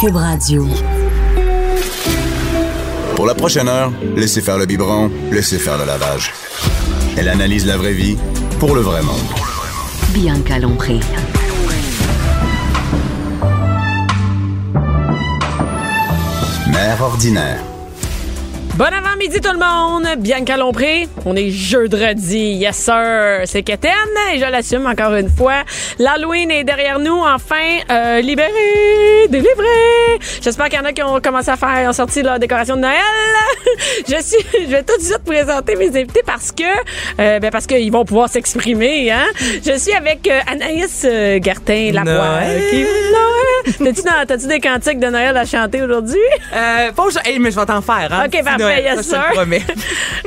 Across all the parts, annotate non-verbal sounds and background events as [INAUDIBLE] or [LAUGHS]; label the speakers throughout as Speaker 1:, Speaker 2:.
Speaker 1: Cube Radio.
Speaker 2: Pour la prochaine heure, laissez faire le biberon, laissez faire le lavage. Elle analyse la vraie vie pour le vrai monde.
Speaker 1: Bianca Lompré.
Speaker 2: Mère ordinaire.
Speaker 3: Bon avant-midi tout le monde! Bianca Lompré, on est jeudi, yes sir! C'est Keten et je l'assume encore une fois. L'Halloween est derrière nous, enfin euh, libéré, délivré! J'espère qu'il y en a qui ont commencé à faire, ont sorti leur décoration de Noël. [LAUGHS] je suis, je vais tout de suite présenter mes invités parce que, euh, ben parce qu'ils vont pouvoir s'exprimer, hein? Je suis avec euh, Anaïs euh, Gartin-Lapointe.
Speaker 4: Noël.
Speaker 3: qui- Noël! T'as-tu dans- T'as-tu des cantiques de Noël à chanter aujourd'hui?
Speaker 4: Euh, pas aujourd'hui. Hey, mais je vais t'en faire. Hein,
Speaker 3: OK,
Speaker 4: d'ici
Speaker 3: parfait,
Speaker 4: Noël.
Speaker 3: yes,
Speaker 4: ça, je te
Speaker 3: sir.
Speaker 4: le promets.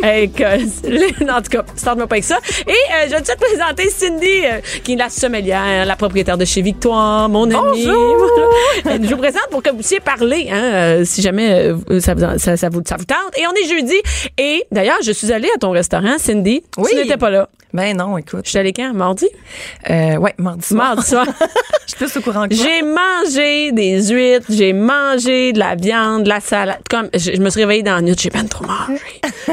Speaker 3: [LAUGHS] Hey, que- [LAUGHS] en tout cas, starte-moi pas avec ça. Et euh, je vais te présenter Cindy, euh, qui est la sommelière, la propriétaire de chez Victoire, mon amie. [LAUGHS]
Speaker 4: Bonjour.
Speaker 3: Voilà. je vous présente pour que vous puissiez parler, hein, euh, si jamais euh, ça, vous, en- ça, ça vous, ça vous tente. Et on est jeudi. Et d'ailleurs, je suis allée à ton restaurant, Cindy.
Speaker 4: Oui.
Speaker 3: Tu n'étais pas là.
Speaker 4: Ben non, écoute.
Speaker 3: Je suis allée quand? Mardi?
Speaker 4: Euh, ouais, mardi soir.
Speaker 3: Mardi soir.
Speaker 4: [LAUGHS] je suis plus au courant que toi.
Speaker 3: J'ai mangé des huîtres, j'ai mangé de la viande, de la salade. Comme je, je me suis réveillée dans la nuit, j'ai ben trop
Speaker 4: [LAUGHS]
Speaker 3: mangé.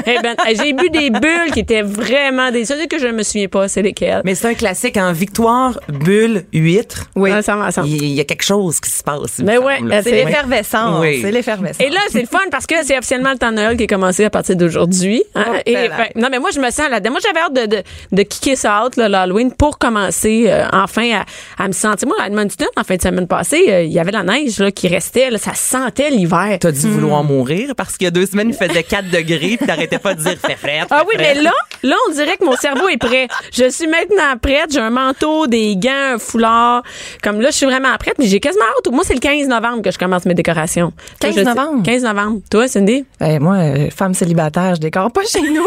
Speaker 3: Eh ben, j'ai bu des bulles qui étaient vraiment des Celles que je me souviens pas, c'est lesquelles.
Speaker 4: [LAUGHS] Mais c'est un classique en victoire, bulle, huître. Hein?
Speaker 3: Oui. Ouais, ça me semble.
Speaker 4: Il y a quelque chose qui se passe. il
Speaker 3: Mais
Speaker 4: me semble,
Speaker 3: ouais,
Speaker 4: là.
Speaker 3: c'est
Speaker 4: Oui.
Speaker 5: l'effervescence.
Speaker 4: Oui.
Speaker 5: C'est l'effervescence.
Speaker 3: Et là, c'est le fun parce que c'est officiellement le temps de Noël qui est commencé à partir d'aujourd'hui. hein.
Speaker 5: Oh,
Speaker 3: Et,
Speaker 4: ben
Speaker 5: belle
Speaker 3: fait- non, mais moi, je me sens là-dedans. Moi, j'avais hâte de, de, de kicker ça out, là, l'Halloween, pour commencer euh, enfin à, à me sentir. Moi, à Edmonton, en fin de semaine passée, euh, il y avait la neige là, qui restait. là, ça sentait l'hiver.
Speaker 4: T'as dû vouloir mourir parce qu'il y a deux semaines, il faisait 4 degrés puis t'arrêtais pas de dire fait frais.
Speaker 3: Ah oui, mais là, là, on dirait que mon cerveau est prêt. Je suis maintenant prête. J'ai un manteau, des gants, un foulard. Comme là, je suis vraiment prête, mais j'ai quasiment hâte. Moi, c'est le 15 novembre que je commence mes décorations.
Speaker 5: 15
Speaker 3: Toi, je-
Speaker 5: novembre?
Speaker 3: 15 novembre. Toi, Cindy?
Speaker 5: Ben, moi, euh, femme célibataire, je décore pas chez [LAUGHS] nous.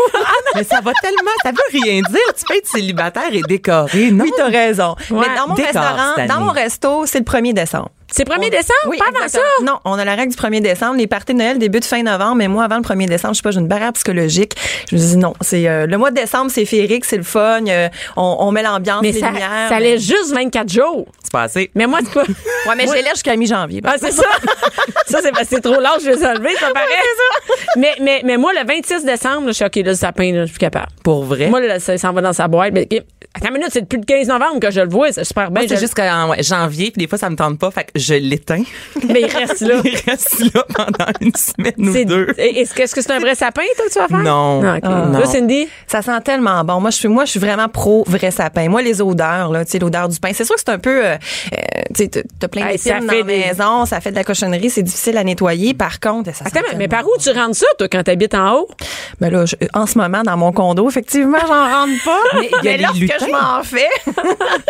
Speaker 4: mais ça va tellement, ça veut rien dire. Tu peux être célibataire et décoré, non?
Speaker 5: oui, t'as raison.
Speaker 3: Ouais.
Speaker 5: Mais dans mon
Speaker 4: Décore cette
Speaker 5: restaurant,
Speaker 4: année.
Speaker 5: dans mon resto, c'est le 1er décembre.
Speaker 3: C'est 1er
Speaker 5: On-
Speaker 3: décembre?
Speaker 5: Oui,
Speaker 3: pas avant ça?
Speaker 5: exactement. Non, on a la règle du 1er décembre. Les parties de Noël débutent fin novembre, mais moi, avant le 1er décembre, je sais pas, j'ai une barrière psychologique. Je me dis non, c'est euh, le mois de décembre, c'est féerique, c'est le fun, euh, on, on met l'ambiance,
Speaker 3: Mais
Speaker 5: les
Speaker 3: ça,
Speaker 5: lumières.
Speaker 3: ça allait juste 24 jours.
Speaker 4: C'est passé.
Speaker 3: Mais moi, c'est
Speaker 5: [LAUGHS]
Speaker 3: pas.
Speaker 5: Ouais, mais j'ai l'air jusqu'à mi-janvier.
Speaker 3: Ah, c'est ça? ça, c'est parce que c'est trop large, je vais enlever, ça paraît. mais, mais, mais moi, le 26 décembre, là, je suis OK, là, le sapin, là, je suis plus capable.
Speaker 4: Pour vrai.
Speaker 3: Moi, là, ça s'en va dans sa boîte. Mais, attends une minute, c'est depuis le 15 novembre que je le vois, c'est super bien.
Speaker 4: Moi,
Speaker 3: ben,
Speaker 4: c'est
Speaker 3: je-
Speaker 4: juste qu'en ouais, janvier, puis des fois, ça me tente pas, fait que je l'éteins.
Speaker 3: Mais il reste là.
Speaker 4: Il reste là pendant une semaine
Speaker 3: C'est-
Speaker 4: ou deux.
Speaker 3: Et- Est-ce que est-ce que c'est un vrai sapin, toi, que tu vas faire?
Speaker 4: Non.
Speaker 3: Ah, ok.
Speaker 4: Ah,
Speaker 3: Toi,
Speaker 4: non.
Speaker 3: Cindy?
Speaker 5: Ça sent tellement bon. Moi, je suis, moi, je suis vraiment pro vrai sapin. Moi, les odeurs, là, tu sais, l'odeur du pain. C'est sûr que c'est un peu, euh, euh, tu sais, t'as- t'as plein
Speaker 3: Hey, ça
Speaker 5: d'épines dans
Speaker 3: fait
Speaker 5: la
Speaker 3: des-
Speaker 5: maison, ça fait de la cochonnerie, c'est difficile à nettoyer. Par contre, ça sent.
Speaker 3: Attends, mais- mais
Speaker 5: tellement
Speaker 3: par où tu rentres ça, toi, quand t'habites en haut?
Speaker 5: Ben là, je- en ce moment, dans mon condo, effectivement, [LAUGHS] j'en rentre pas.
Speaker 4: Mais il y a les
Speaker 5: lorsque
Speaker 4: lutins.
Speaker 5: je m'en [LAUGHS] fais.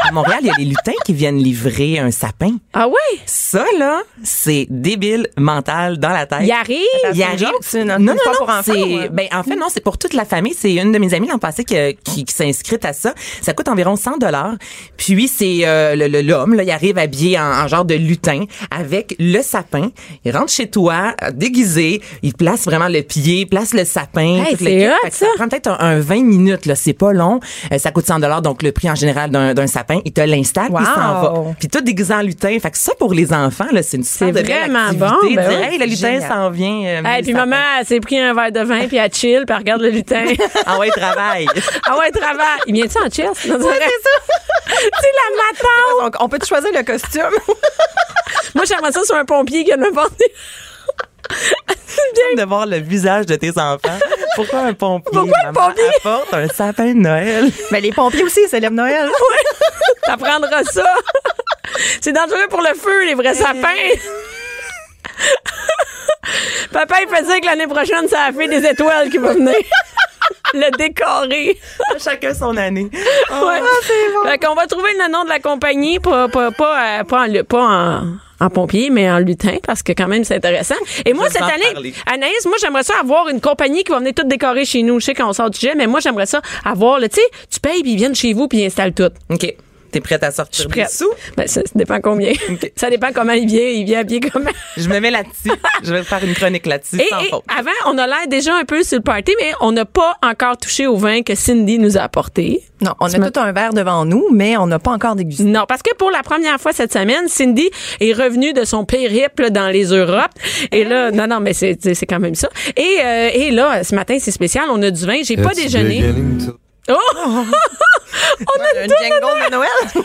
Speaker 4: À Montréal, il y a des lutins qui viennent livrer un sapin.
Speaker 3: Ah ouais?
Speaker 4: Ça, là, c'est débile mental dans la tête.
Speaker 3: Il arrive?
Speaker 4: Il
Speaker 5: C'est une
Speaker 4: arrive.
Speaker 5: joke, c'est une-
Speaker 4: non,
Speaker 5: une
Speaker 4: non,
Speaker 5: fois
Speaker 4: non,
Speaker 5: pour enfants,
Speaker 4: c'est-
Speaker 5: ouais.
Speaker 4: ben, en fait, non, c'est pour toute la famille. C'est une de mes amies l'an passé qui, euh, qui, qui s'est inscrite à ça. Ça coûte environ 100 dollars. Puis, c'est euh, le- le- l'homme, là, il arrive habillé en, en genre de lutin avec le sapin. Il rentre chez toi, euh, déguisé. Il place vraiment le pied, place le sapin.
Speaker 3: Hey, c'est
Speaker 4: tout le kit.
Speaker 3: hot,
Speaker 4: Fait que ça
Speaker 3: ça.
Speaker 4: prend peut-être un, un 20 minutes, là. C'est pas long. Euh, ça coûte 100 dollars, donc le prix en général d'un d'un sapin. Il te l'installe, puis il s'en
Speaker 5: Wow.
Speaker 4: va. Puis, tout déguisé en lutin. Fait que ça, pour les enfants, là, c'est une
Speaker 3: C'est
Speaker 4: c'est
Speaker 3: vraiment bon, ben oui.
Speaker 4: le lutin
Speaker 5: Génial.
Speaker 4: s'en vient. euh,
Speaker 3: Et
Speaker 4: mais
Speaker 3: puis
Speaker 4: ça-
Speaker 3: maman, elle s'est pris un verre de vin, puis elle chill, puis elle regarde le
Speaker 4: [LAUGHS]
Speaker 3: lutin.
Speaker 4: Ah ouais, [LAUGHS] travail.
Speaker 3: ah ouais, travail. Il vient-tu en chess? c'est [LAUGHS] C'est la
Speaker 5: [LAUGHS]
Speaker 3: matante!
Speaker 5: Donc, on peut choisir le costume.
Speaker 3: Moi, j'aimerais ça sur un pompier qui vient de me porter.
Speaker 4: de voir le visage de tes enfants. Pourquoi un pompier? Ben,
Speaker 3: Pourquoi un
Speaker 4: maman,
Speaker 3: pompier?
Speaker 4: apporte un sapin de Noël.
Speaker 5: Mais les pompiers aussi, ils célèbrent Noël.
Speaker 3: [LAUGHS] T'apprendras ça. [LAUGHS] C'est dangereux pour le feu, les vrais sapins. [LAUGHS] Papa, il fait dire que l'année prochaine, ça a fait des étoiles qui vont venir. [LAUGHS] Le décorer.
Speaker 4: [LAUGHS] Chacun son année.
Speaker 3: Ouais. Fait qu'on va trouver le nom de la compagnie, pas, pas, pas, euh, pas en, lu- pas en- en pompier, mais en lutin, parce que quand même, c'est intéressant. Et moi,
Speaker 4: vais
Speaker 3: cette
Speaker 4: en
Speaker 3: année,
Speaker 4: parler.
Speaker 3: Anaïs, moi, j'aimerais ça avoir une compagnie qui va venir tout décorer chez nous. Je sais qu'on sort du jet, mais moi, j'aimerais ça avoir, le tu sais, tu payes, puis ils viennent chez vous, puis ils installent tout.
Speaker 4: OK. T'es t'es prête à sortir
Speaker 3: Je suis prête.
Speaker 4: des sous?
Speaker 3: Ben, ça, ça dépend
Speaker 4: [LAUGHS]
Speaker 3: combien. ça dépend comment il vient. Il vient habillé comment.
Speaker 4: Je me mets là-dessus. je vais faire une chronique là-dessus,
Speaker 3: Et,
Speaker 4: sans
Speaker 3: et
Speaker 4: faute.
Speaker 3: avant, on a l'air déjà un peu sur le party, mais on n'a pas encore touché au vin que Cindy nous a apporté.
Speaker 5: [LAUGHS] Non, on a tout un verre devant nous, mais on n'a pas encore dégusté.
Speaker 3: Non, parce que pour la première fois cette semaine, Cindy est revenue de son périple dans les Europes. Et là, non, non, mais c'est c'est quand même ça. Et, euh, et là, ce matin, c'est spécial. On a du vin. J'ai pas déjeuné. Oh!
Speaker 5: Un jingle de Noël?
Speaker 3: [LAUGHS]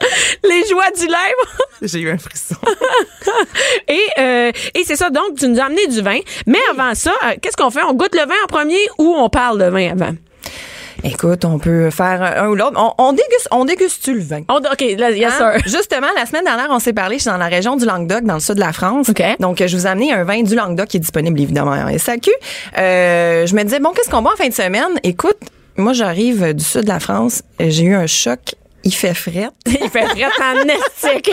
Speaker 5: [LAUGHS]
Speaker 3: Les joies du live!
Speaker 4: J'ai eu un frisson.
Speaker 3: [LAUGHS] Et, euh, et c'est ça, donc, tu nous as amené du vin. Mais avant ça, euh, qu'est-ce qu'on fait? On goûte le vin en premier ou on parle de vin avant?
Speaker 5: Écoute, on peut faire un un ou l'autre. On, on déguste, on déguste-tu le vin?
Speaker 3: On, OK, là, yes,
Speaker 5: Hein?
Speaker 3: sir.
Speaker 5: Justement, la semaine dernière, on s'est parlé, je suis dans la région du Languedoc, dans le sud de la France.
Speaker 3: OK.
Speaker 5: Donc, euh, je vous ai amené un vin du Languedoc qui est disponible évidemment en SAQ. Euh, je me disais, bon, qu'est-ce qu'on boit en fin de semaine? Écoute, moi, j'arrive euh, du sud de la France, euh, j'ai eu un choc, il fait fret.
Speaker 3: [LAUGHS] Il fait très en estique.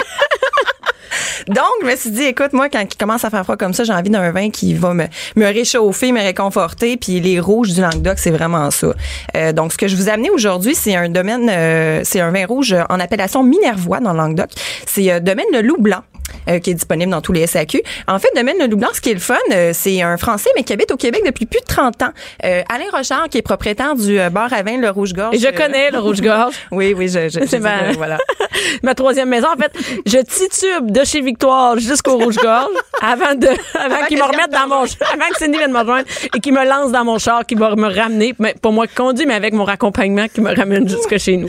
Speaker 5: Donc, je me suis dit, écoute, moi, quand il commence à faire froid comme ça, j'ai envie d'un vin qui va me, me réchauffer, me réconforter. Puis les rouges du Languedoc, c'est vraiment ça. Euh, donc, ce que je vous ai amené aujourd'hui, c'est un domaine, euh, c'est un vin rouge euh, en appellation Minervois dans le Languedoc. C'est euh, domaine le Loup Blanc. euh, qui est disponible dans tous les SAQ. En fait, Domaine Le Loup Blanc, ce qui est le fun, euh, c'est un Français, mais qui habite au Québec depuis plus de 30 ans. Euh, Alain Rochard, qui est propriétaire du euh, bar à vin Le Rouge-Gorge.
Speaker 3: Et je
Speaker 5: euh,
Speaker 3: connais le rouge-gorge.
Speaker 5: Oui, oui, je, je,
Speaker 3: C'est
Speaker 5: je-
Speaker 3: ma-
Speaker 5: voilà.
Speaker 3: [LAUGHS] Ma troisième maison. En fait, je titube de chez Victoire jusqu'au rouge-gorge avant de, avant,
Speaker 5: Avant
Speaker 3: qu'ils
Speaker 5: que
Speaker 3: me
Speaker 5: je
Speaker 3: remettent dans mon, avant que Cindy vienne me rejoindre et qu'ils me lance dans mon char, qui va me ramener, mais pas moi qui conduis, mais avec mon raccompagnement qui me ramène jusque chez nous.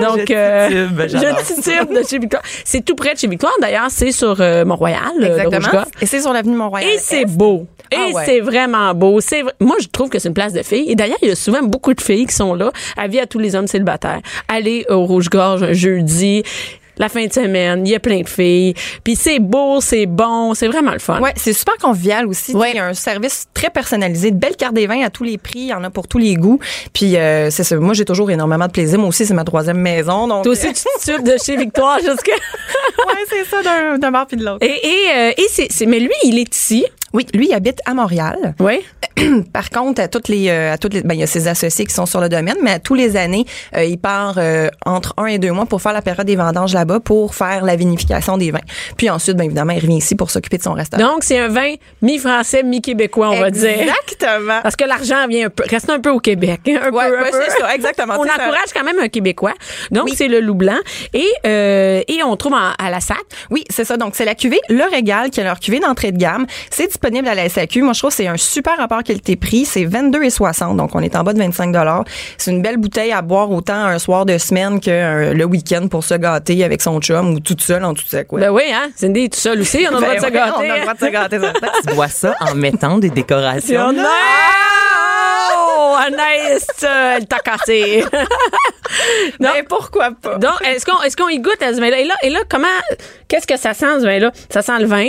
Speaker 3: Donc,
Speaker 4: Je
Speaker 3: euh,
Speaker 4: titube, j'adore.
Speaker 3: je titube de chez Victoire. C'est tout près de chez Victoire. D'ailleurs, c'est sur euh, Mont-Royal, euh, le
Speaker 5: Exactement.
Speaker 3: Rouge-Gorge.
Speaker 5: Et c'est sur l'avenue Mont-Royal.
Speaker 3: Et c'est beau. Et
Speaker 5: Ah ouais.
Speaker 3: c'est vraiment beau. C'est vr- moi je trouve que c'est une place de filles. Et d'ailleurs il y a souvent beaucoup de filles qui sont là. Avis à tous les hommes célibataires. Allez au Rouge Gorge un jeudi. La fin de semaine, il y a plein de filles. Puis c'est beau, c'est bon, c'est vraiment le fun.
Speaker 5: Ouais, c'est super convivial aussi. Tu sais, Il y a un service très personnalisé, de belles cartes des vins à tous les prix, il y en a pour tous les goûts. Puis euh, c'est ça. Moi, j'ai toujours énormément de plaisir. Moi aussi, c'est ma troisième maison. Donc,
Speaker 3: Toi aussi, tu te tubes de chez Victoire jusqu'à...
Speaker 5: [LAUGHS] ouais, c'est ça d'un d'un bar puis de l'autre.
Speaker 3: Et, et, euh, et c'est, c'est- Mais lui, il est ici.
Speaker 5: Oui, lui, il habite à Montréal.
Speaker 3: Oui.
Speaker 5: Par contre, à toutes les, euh, à toutes les, ben, il y a ses associés qui sont sur le domaine, mais à tous les années, euh, il part euh, entre un et deux mois pour faire la période des vendanges là-bas pour faire la vinification des vins. Puis ensuite, ben, évidemment, il revient ici pour s'occuper de son restaurant.
Speaker 3: Donc, c'est un vin mi-français, mi-québécois, on va dire.
Speaker 5: Exactement.
Speaker 3: Parce que l'argent vient un peu, reste un peu au Québec. hein, Un
Speaker 5: Ouais,
Speaker 3: peu, un
Speaker 5: ouais,
Speaker 3: peu.
Speaker 5: c'est ça, exactement.
Speaker 3: On
Speaker 5: C'est ça.
Speaker 3: encourage quand même un Québécois. Donc, c'est le loup blanc. Et, euh, et on trouve en- à la SAC.
Speaker 5: Oui, c'est ça. Donc, c'est la cuvée Le Régal, qui est leur cuvée d'entrée de gamme. C'est disponible à la SAQ. Moi, je trouve que c'est un super rapport qualité-prix. C'est 22,60. Donc, on est en bas de 25 C'est une belle bouteille à boire autant un soir de semaine que euh, le week-end pour se gâter avec son chum ou toute seule en toute seule. Quoi.
Speaker 3: Ben oui, hein? Cindy est tout seul aussi. On a le droit de se
Speaker 5: Ben ouais,
Speaker 3: gâter.
Speaker 5: On a le droit de se
Speaker 3: [LAUGHS]
Speaker 5: gâter, certain.
Speaker 4: Tu bois ça en mettant des
Speaker 3: Et on
Speaker 4: décorations.
Speaker 3: a- Oh, Anaïs, euh, elle t'a
Speaker 5: [LAUGHS]
Speaker 3: cassé. non.
Speaker 5: Mais Ben, pourquoi pas?
Speaker 3: Donc, est-ce qu'on est-ce qu'on y goûte à ce vin-là? Et là, et là comment, qu'est-ce que ça sent, ce vin-là? Ça sent le vin.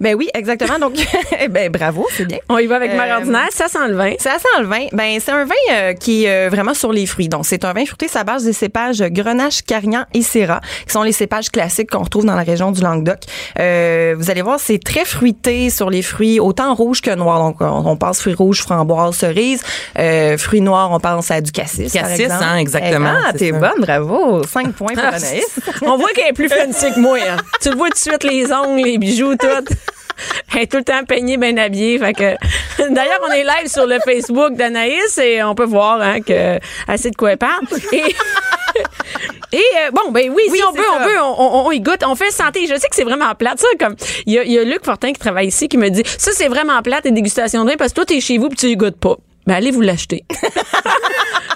Speaker 5: Ben oui, exactement. Donc, [LAUGHS] eh ben, bravo, c'est bien.
Speaker 3: On y va avec
Speaker 5: Euh,
Speaker 3: Mère Ordinaire. Ça sent le vin.
Speaker 5: Ça sent le vin. Ben, c'est un vin euh, qui est euh, vraiment sur les fruits. Donc, c'est un vin fruité. Sa base des cépages Grenache, Carignan et Syrah, qui sont les cépages classiques qu'on retrouve dans la région du Languedoc. Euh, vous allez voir, c'est très fruité sur les fruits, autant rouge que noir. Donc, on, on pense fruits rouges, framboises, cerises. Euh, fruits noirs, on pense à du cassis. par
Speaker 4: Cassis,
Speaker 5: exemple.
Speaker 4: hein, exactement,
Speaker 5: Ah,
Speaker 4: c'est
Speaker 5: t'es
Speaker 4: ça.
Speaker 5: bonne, bravo. Cinq points pour
Speaker 3: Ah,
Speaker 5: Anaïs.
Speaker 3: [LAUGHS] On voit qu'elle est plus fancy que moi. hein. Tu le vois tout de suite, les ongles, les bijoux, tout. Elle est tout le temps peignée, bien habillée. Fait que... [LAUGHS] D'ailleurs, on est live sur le Facebook d'Anaïs et on peut voir hein, que assez de quoi elle parle. Et, [LAUGHS] et euh, bon, ben oui, si on
Speaker 5: c'est
Speaker 3: veut, on
Speaker 5: ça.
Speaker 3: veut, on, on- on y goûte, on fait santé. Je sais que c'est vraiment plate, ça. Comme il y a, il y a Luc Fortin qui travaille ici qui me dit, ça c'est vraiment plate les dégustations de vin parce que toi t'es chez vous puis tu y goûtes pas. Ben allez vous l'acheter.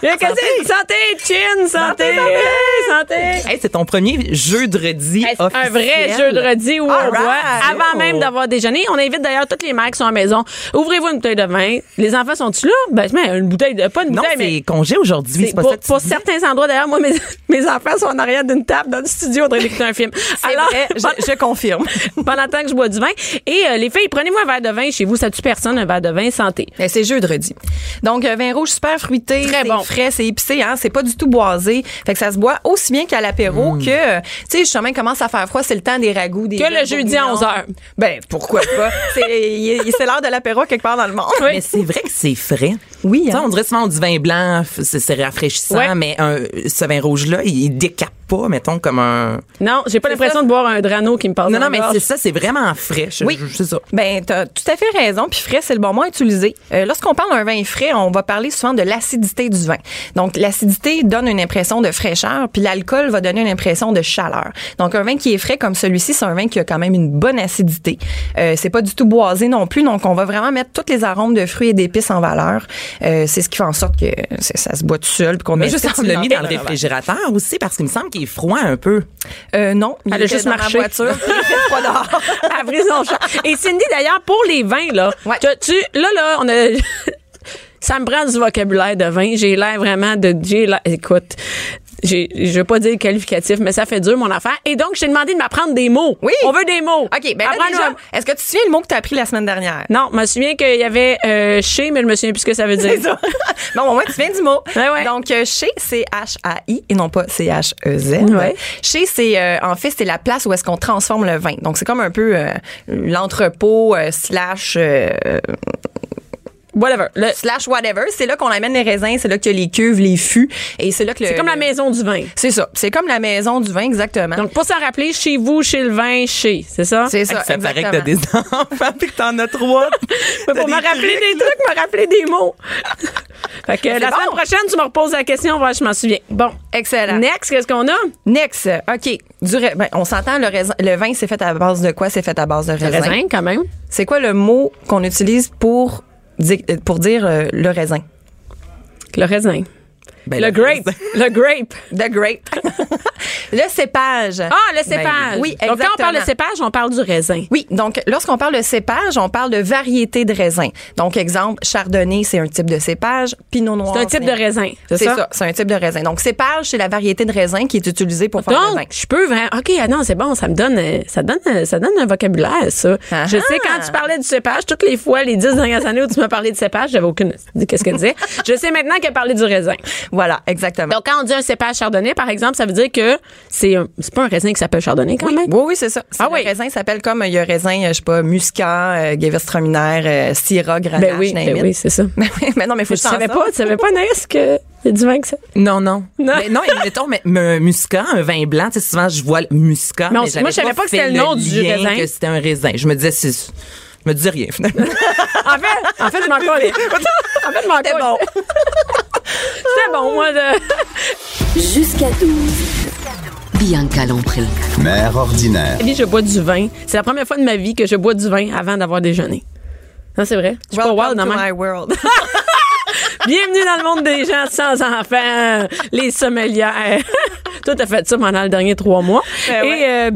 Speaker 3: Il y a que c'est- santé, chin, santé, santé.
Speaker 4: Hey, c'est ton premier jeudi
Speaker 3: Hey, c'est
Speaker 4: officiel.
Speaker 3: Un vrai jeudi où on
Speaker 4: All right.
Speaker 3: boit avant
Speaker 4: Oh.
Speaker 3: même d'avoir déjeuné. On invite d'ailleurs toutes les mères qui sont à la maison. Ouvrez-vous une bouteille de vin. Les enfants sont-tu là? Ben, mais une bouteille de, pas une
Speaker 4: Non,
Speaker 3: bouteille, mais.
Speaker 4: c'est congé aujourd'hui.
Speaker 3: c'est
Speaker 4: C'est pas
Speaker 3: pour,
Speaker 4: ça que tu
Speaker 3: pour
Speaker 4: dis.
Speaker 3: certains endroits, d'ailleurs, moi, mes, [LAUGHS] mes enfants sont en arrière d'une table dans le studio en train d'écouter un film. Alors,
Speaker 5: vrai, je-
Speaker 3: pendant-
Speaker 5: je confirme.
Speaker 3: [LAUGHS] pendant le temps que je bois du vin. Et euh, les filles, prenez-moi un verre de vin chez vous. Ça tue personne, un verre de vin santé.
Speaker 5: Ben, c'est jeudi. Donc, euh, vin rouge super fruité,
Speaker 3: Très
Speaker 5: c'est
Speaker 3: bon.
Speaker 5: frais, c'est épicé, hein, c'est pas du tout boisé. Fait que ça se boit aussi bien qu'à l'apéro que, euh, tu sais, justement, il commence à faire froid, c'est le temps des ragoûts, des
Speaker 3: Que le jeudi à
Speaker 5: bourguignons.
Speaker 3: 11 heures. [LAUGHS]
Speaker 5: Ben, pourquoi pas? C'est il- il- c'est l'heure de l'apéro quelque part dans le monde.
Speaker 3: Oui.
Speaker 4: Mais c'est vrai que c'est frais.
Speaker 5: Oui,
Speaker 4: Ça,
Speaker 5: hein.
Speaker 4: on dirait souvent on dit vin blanc, f- c'est c'est rafraîchissant,
Speaker 3: Ouais.
Speaker 4: mais un- ce vin rouge-là, il décape pas, mettons, comme un.
Speaker 3: Non, j'ai pas l'impression de boire un drano qui me passe
Speaker 4: Non,
Speaker 3: dans la
Speaker 4: non, mais
Speaker 3: gorge.
Speaker 4: c'est ça, c'est vraiment frais. Je-
Speaker 5: Oui.
Speaker 4: je- c'est ça.
Speaker 5: Ben, t'as tout à fait raison. Puis frais, c'est le bon mot à utiliser. Euh, Lorsqu'on parle d'un vin frais, on va parler souvent de l'acidité du vin. Donc, l'acidité donne une impression de fraîcheur, puis l'alcool va donner une impression de chaleur. Donc, un vin qui est frais comme celui-ci, c'est un vin qui a quand même une bonne acidité. Euh, c'est pas du tout boisé non plus. Donc, on va vraiment mettre tous les arômes de fruits et d'épices en valeur. Euh, c'est ce qui fait en sorte que c'est- ça se boit tout seul, puis qu'on met
Speaker 4: Mais juste
Speaker 5: juste
Speaker 4: tu l'as mis dans
Speaker 3: ben,
Speaker 4: le
Speaker 5: réfrigérateur.
Speaker 4: réfrigérateur aussi, parce qu'il me semble qu'il est froid un peu.
Speaker 5: Euh, non, il
Speaker 3: Elle a
Speaker 5: était
Speaker 3: juste
Speaker 5: dans ma
Speaker 3: marché.
Speaker 5: voiture, puis il fait froid
Speaker 4: [LAUGHS]
Speaker 5: dehors.
Speaker 3: À brise en champ. Et Cindy, d'ailleurs, pour les vins, là,
Speaker 5: Ouais.
Speaker 3: t'as- tu, là, là, on a. [LAUGHS] Ça me prend du vocabulaire de vin. J'ai l'air vraiment de. J'ai l'air- écoute, j'ai- je veux pas dire le qualificatif, mais ça fait dur, mon affaire. Et donc, je t'ai demandé de m'apprendre des mots.
Speaker 5: Oui.
Speaker 3: On veut des mots.
Speaker 5: OK, ben là,
Speaker 3: Apprends-nous
Speaker 5: déjà,
Speaker 3: un-
Speaker 5: est-ce que tu te souviens le mot que tu as appris la semaine dernière?
Speaker 3: [LAUGHS] Non, je me souviens qu'il y avait euh, chez, mais je me souviens plus ce que ça veut dire.
Speaker 5: C'est [LAUGHS] ça. bon, au moins, tu viens du mot.
Speaker 3: Ouais, ouais.
Speaker 5: Donc, euh, chez, c'est H-A-I et non pas C-H-E-Z.
Speaker 3: Ouais.
Speaker 5: Chez, c'est, euh, en fait, c'est la place où est-ce qu'on transforme le vin. Donc, c'est comme un peu euh, l'entrepôt euh, slash... euh,
Speaker 3: Whatever. Le-
Speaker 5: slash whatever, c'est là qu'on amène les raisins, c'est là que les cuves, les fûts, et c'est là que le-
Speaker 3: C'est comme la maison du vin.
Speaker 5: C'est ça, c'est comme la maison du vin exactement.
Speaker 3: Donc, pour s'en rappeler, chez vous, chez le vin, chez. C'est ça?
Speaker 5: c'est ça,
Speaker 4: Ça paraît que t'as
Speaker 5: exactement.
Speaker 4: des enfants puis que t'en as trois.
Speaker 3: [LAUGHS] Mais pour me rappeler des trucs, me rappeler des mots. [LAUGHS] fait que
Speaker 5: C'est
Speaker 3: la semaine
Speaker 5: bon.
Speaker 3: prochaine, tu me reposes la question, voir si je m'en souviens. Bon.
Speaker 5: Excellent.
Speaker 3: Next, qu'est-ce qu'on a?
Speaker 5: Next, euh, OK. Du ra- ben, on s'entend, le, raisin- le vin, c'est fait à base de quoi? C'est fait à base de raisin.
Speaker 3: Raisin, quand même.
Speaker 5: C'est quoi le mot qu'on utilise pour dire, pour dire euh, le raisin?
Speaker 3: Le raisin.
Speaker 4: Ben,
Speaker 3: le
Speaker 4: le
Speaker 3: grape. Le grape.
Speaker 5: The grape. [LAUGHS] le
Speaker 3: [LAUGHS]
Speaker 5: cépage. Ben
Speaker 3: Ah, le cépage.
Speaker 5: oui,
Speaker 3: Donc, quand on parle de
Speaker 5: exactement.
Speaker 3: cépage, on parle du raisin.
Speaker 5: Oui, donc lorsqu'on parle de cépage, on parle de variété de raisin. Donc exemple, chardonnay, c'est un type de cépage, pinot noir.
Speaker 3: C'est un type de raisin. C'est
Speaker 5: C'est
Speaker 3: ça?
Speaker 5: ça, c'est un type de raisin. Donc cépage, c'est la variété de raisin qui est utilisée pour faire le vin.
Speaker 3: Donc, je peux vraiment. OK, ah non, c'est bon, ça me donne, euh, ça donne, euh, ça donne un vocabulaire, ça.
Speaker 5: Ah
Speaker 3: je sais,
Speaker 5: ah.
Speaker 3: quand tu parlais du cépage, toutes les fois, les dix dernières années où tu m'as parlé de cépage, j'avais aucune idée qu'est-ce que [LAUGHS] tu disais. je sais maintenant qu'elle parlait du raisin.
Speaker 5: Voilà, exactement.
Speaker 3: Donc, quand on dit un cépage chardonnay, par exemple, ça veut dire que c'est un- c'est pas un raisin qui s'appelle chardonnay, quand même.
Speaker 5: oui, oui, c'est ça. C'est
Speaker 3: Ah
Speaker 5: le
Speaker 3: oui.
Speaker 5: raisin s'appelle comme euh, il y a raisin, euh, je sais pas, muscat, euh, gewürztraminer, euh, syrah, grenache,
Speaker 3: Ben oui, ben
Speaker 5: Naïmine.
Speaker 3: oui,
Speaker 5: [LAUGHS]
Speaker 3: c'est ça.
Speaker 5: Mais oui, mais non, mais faut
Speaker 3: Tu
Speaker 5: que je t'en
Speaker 3: savais
Speaker 5: sorte.
Speaker 3: pas, tu savais pas, Naïs, que c'est du vin que ça.
Speaker 4: Non, non.
Speaker 3: Non.
Speaker 4: Mais non, et mettons, mais, mais un muscat, un vin blanc, tu sais, souvent, je vois le muscat.
Speaker 3: Mais on-
Speaker 4: mais j'avais
Speaker 3: moi, je savais pas que
Speaker 4: fait
Speaker 3: c'était le nom du
Speaker 4: lien
Speaker 3: raisin.
Speaker 4: que c'était un raisin. Je me disais, c'est, je me disais rien, finalement.
Speaker 3: En fait, [LAUGHS] en fait, je m'en connais. [LAUGHS] En fait, je m'en
Speaker 5: C'était bon.
Speaker 3: C'était bon, moi, de.
Speaker 1: Jusqu'à 12. Bianca Lompré.
Speaker 2: Mère ordinaire.
Speaker 3: Ma vie, je bois du vin. C'est la première fois de ma vie que je bois du vin avant d'avoir déjeuné. Non, c'est vrai. Je suis pas
Speaker 5: Welcome
Speaker 3: wild,
Speaker 5: to
Speaker 3: non,
Speaker 5: my
Speaker 3: mais-
Speaker 5: world. [LAUGHS]
Speaker 3: Bienvenue dans le monde des gens sans enfants, les sommelières. [LAUGHS] Toi, t'as fait ça pendant les derniers trois mois.
Speaker 5: Ben
Speaker 3: Et, euh,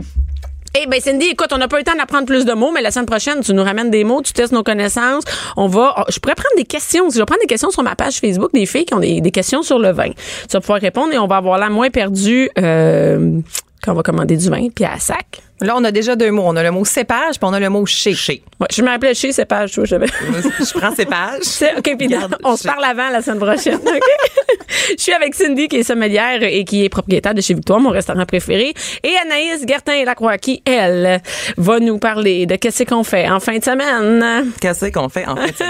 Speaker 3: eh ben Cindy, écoute, on n'a pas eu le temps d'apprendre plus de mots, mais la semaine prochaine, tu nous ramènes des mots, tu testes nos connaissances. On va, oh, je pourrais prendre des questions. Je vais prendre des questions sur ma page Facebook des filles qui ont des, des questions sur le vin. Tu vas pouvoir répondre et on va avoir la moins perdue euh, quand on va commander du vin, puis à sac.
Speaker 5: Là, on a déjà deux mots. On a le mot cépage, puis on a le mot chez.
Speaker 4: Chez.
Speaker 3: Ouais, je m'appelais chez ces pages, je savais.
Speaker 4: je prends ces
Speaker 5: [LAUGHS]
Speaker 4: pages.
Speaker 3: C'est- OK, puis
Speaker 4: Garde,
Speaker 3: on se
Speaker 4: je-
Speaker 3: parle avant la semaine prochaine. OK? [LAUGHS] Je suis avec Cindy, qui est sommelière et qui est propriétaire de chez Victoire, mon restaurant préféré. Et Anaïs Gertin-Lacroix, qui, elle, va nous parler de qu'est-ce qu'on fait en fin de semaine.
Speaker 4: Qu'est-ce qu'on fait en fait?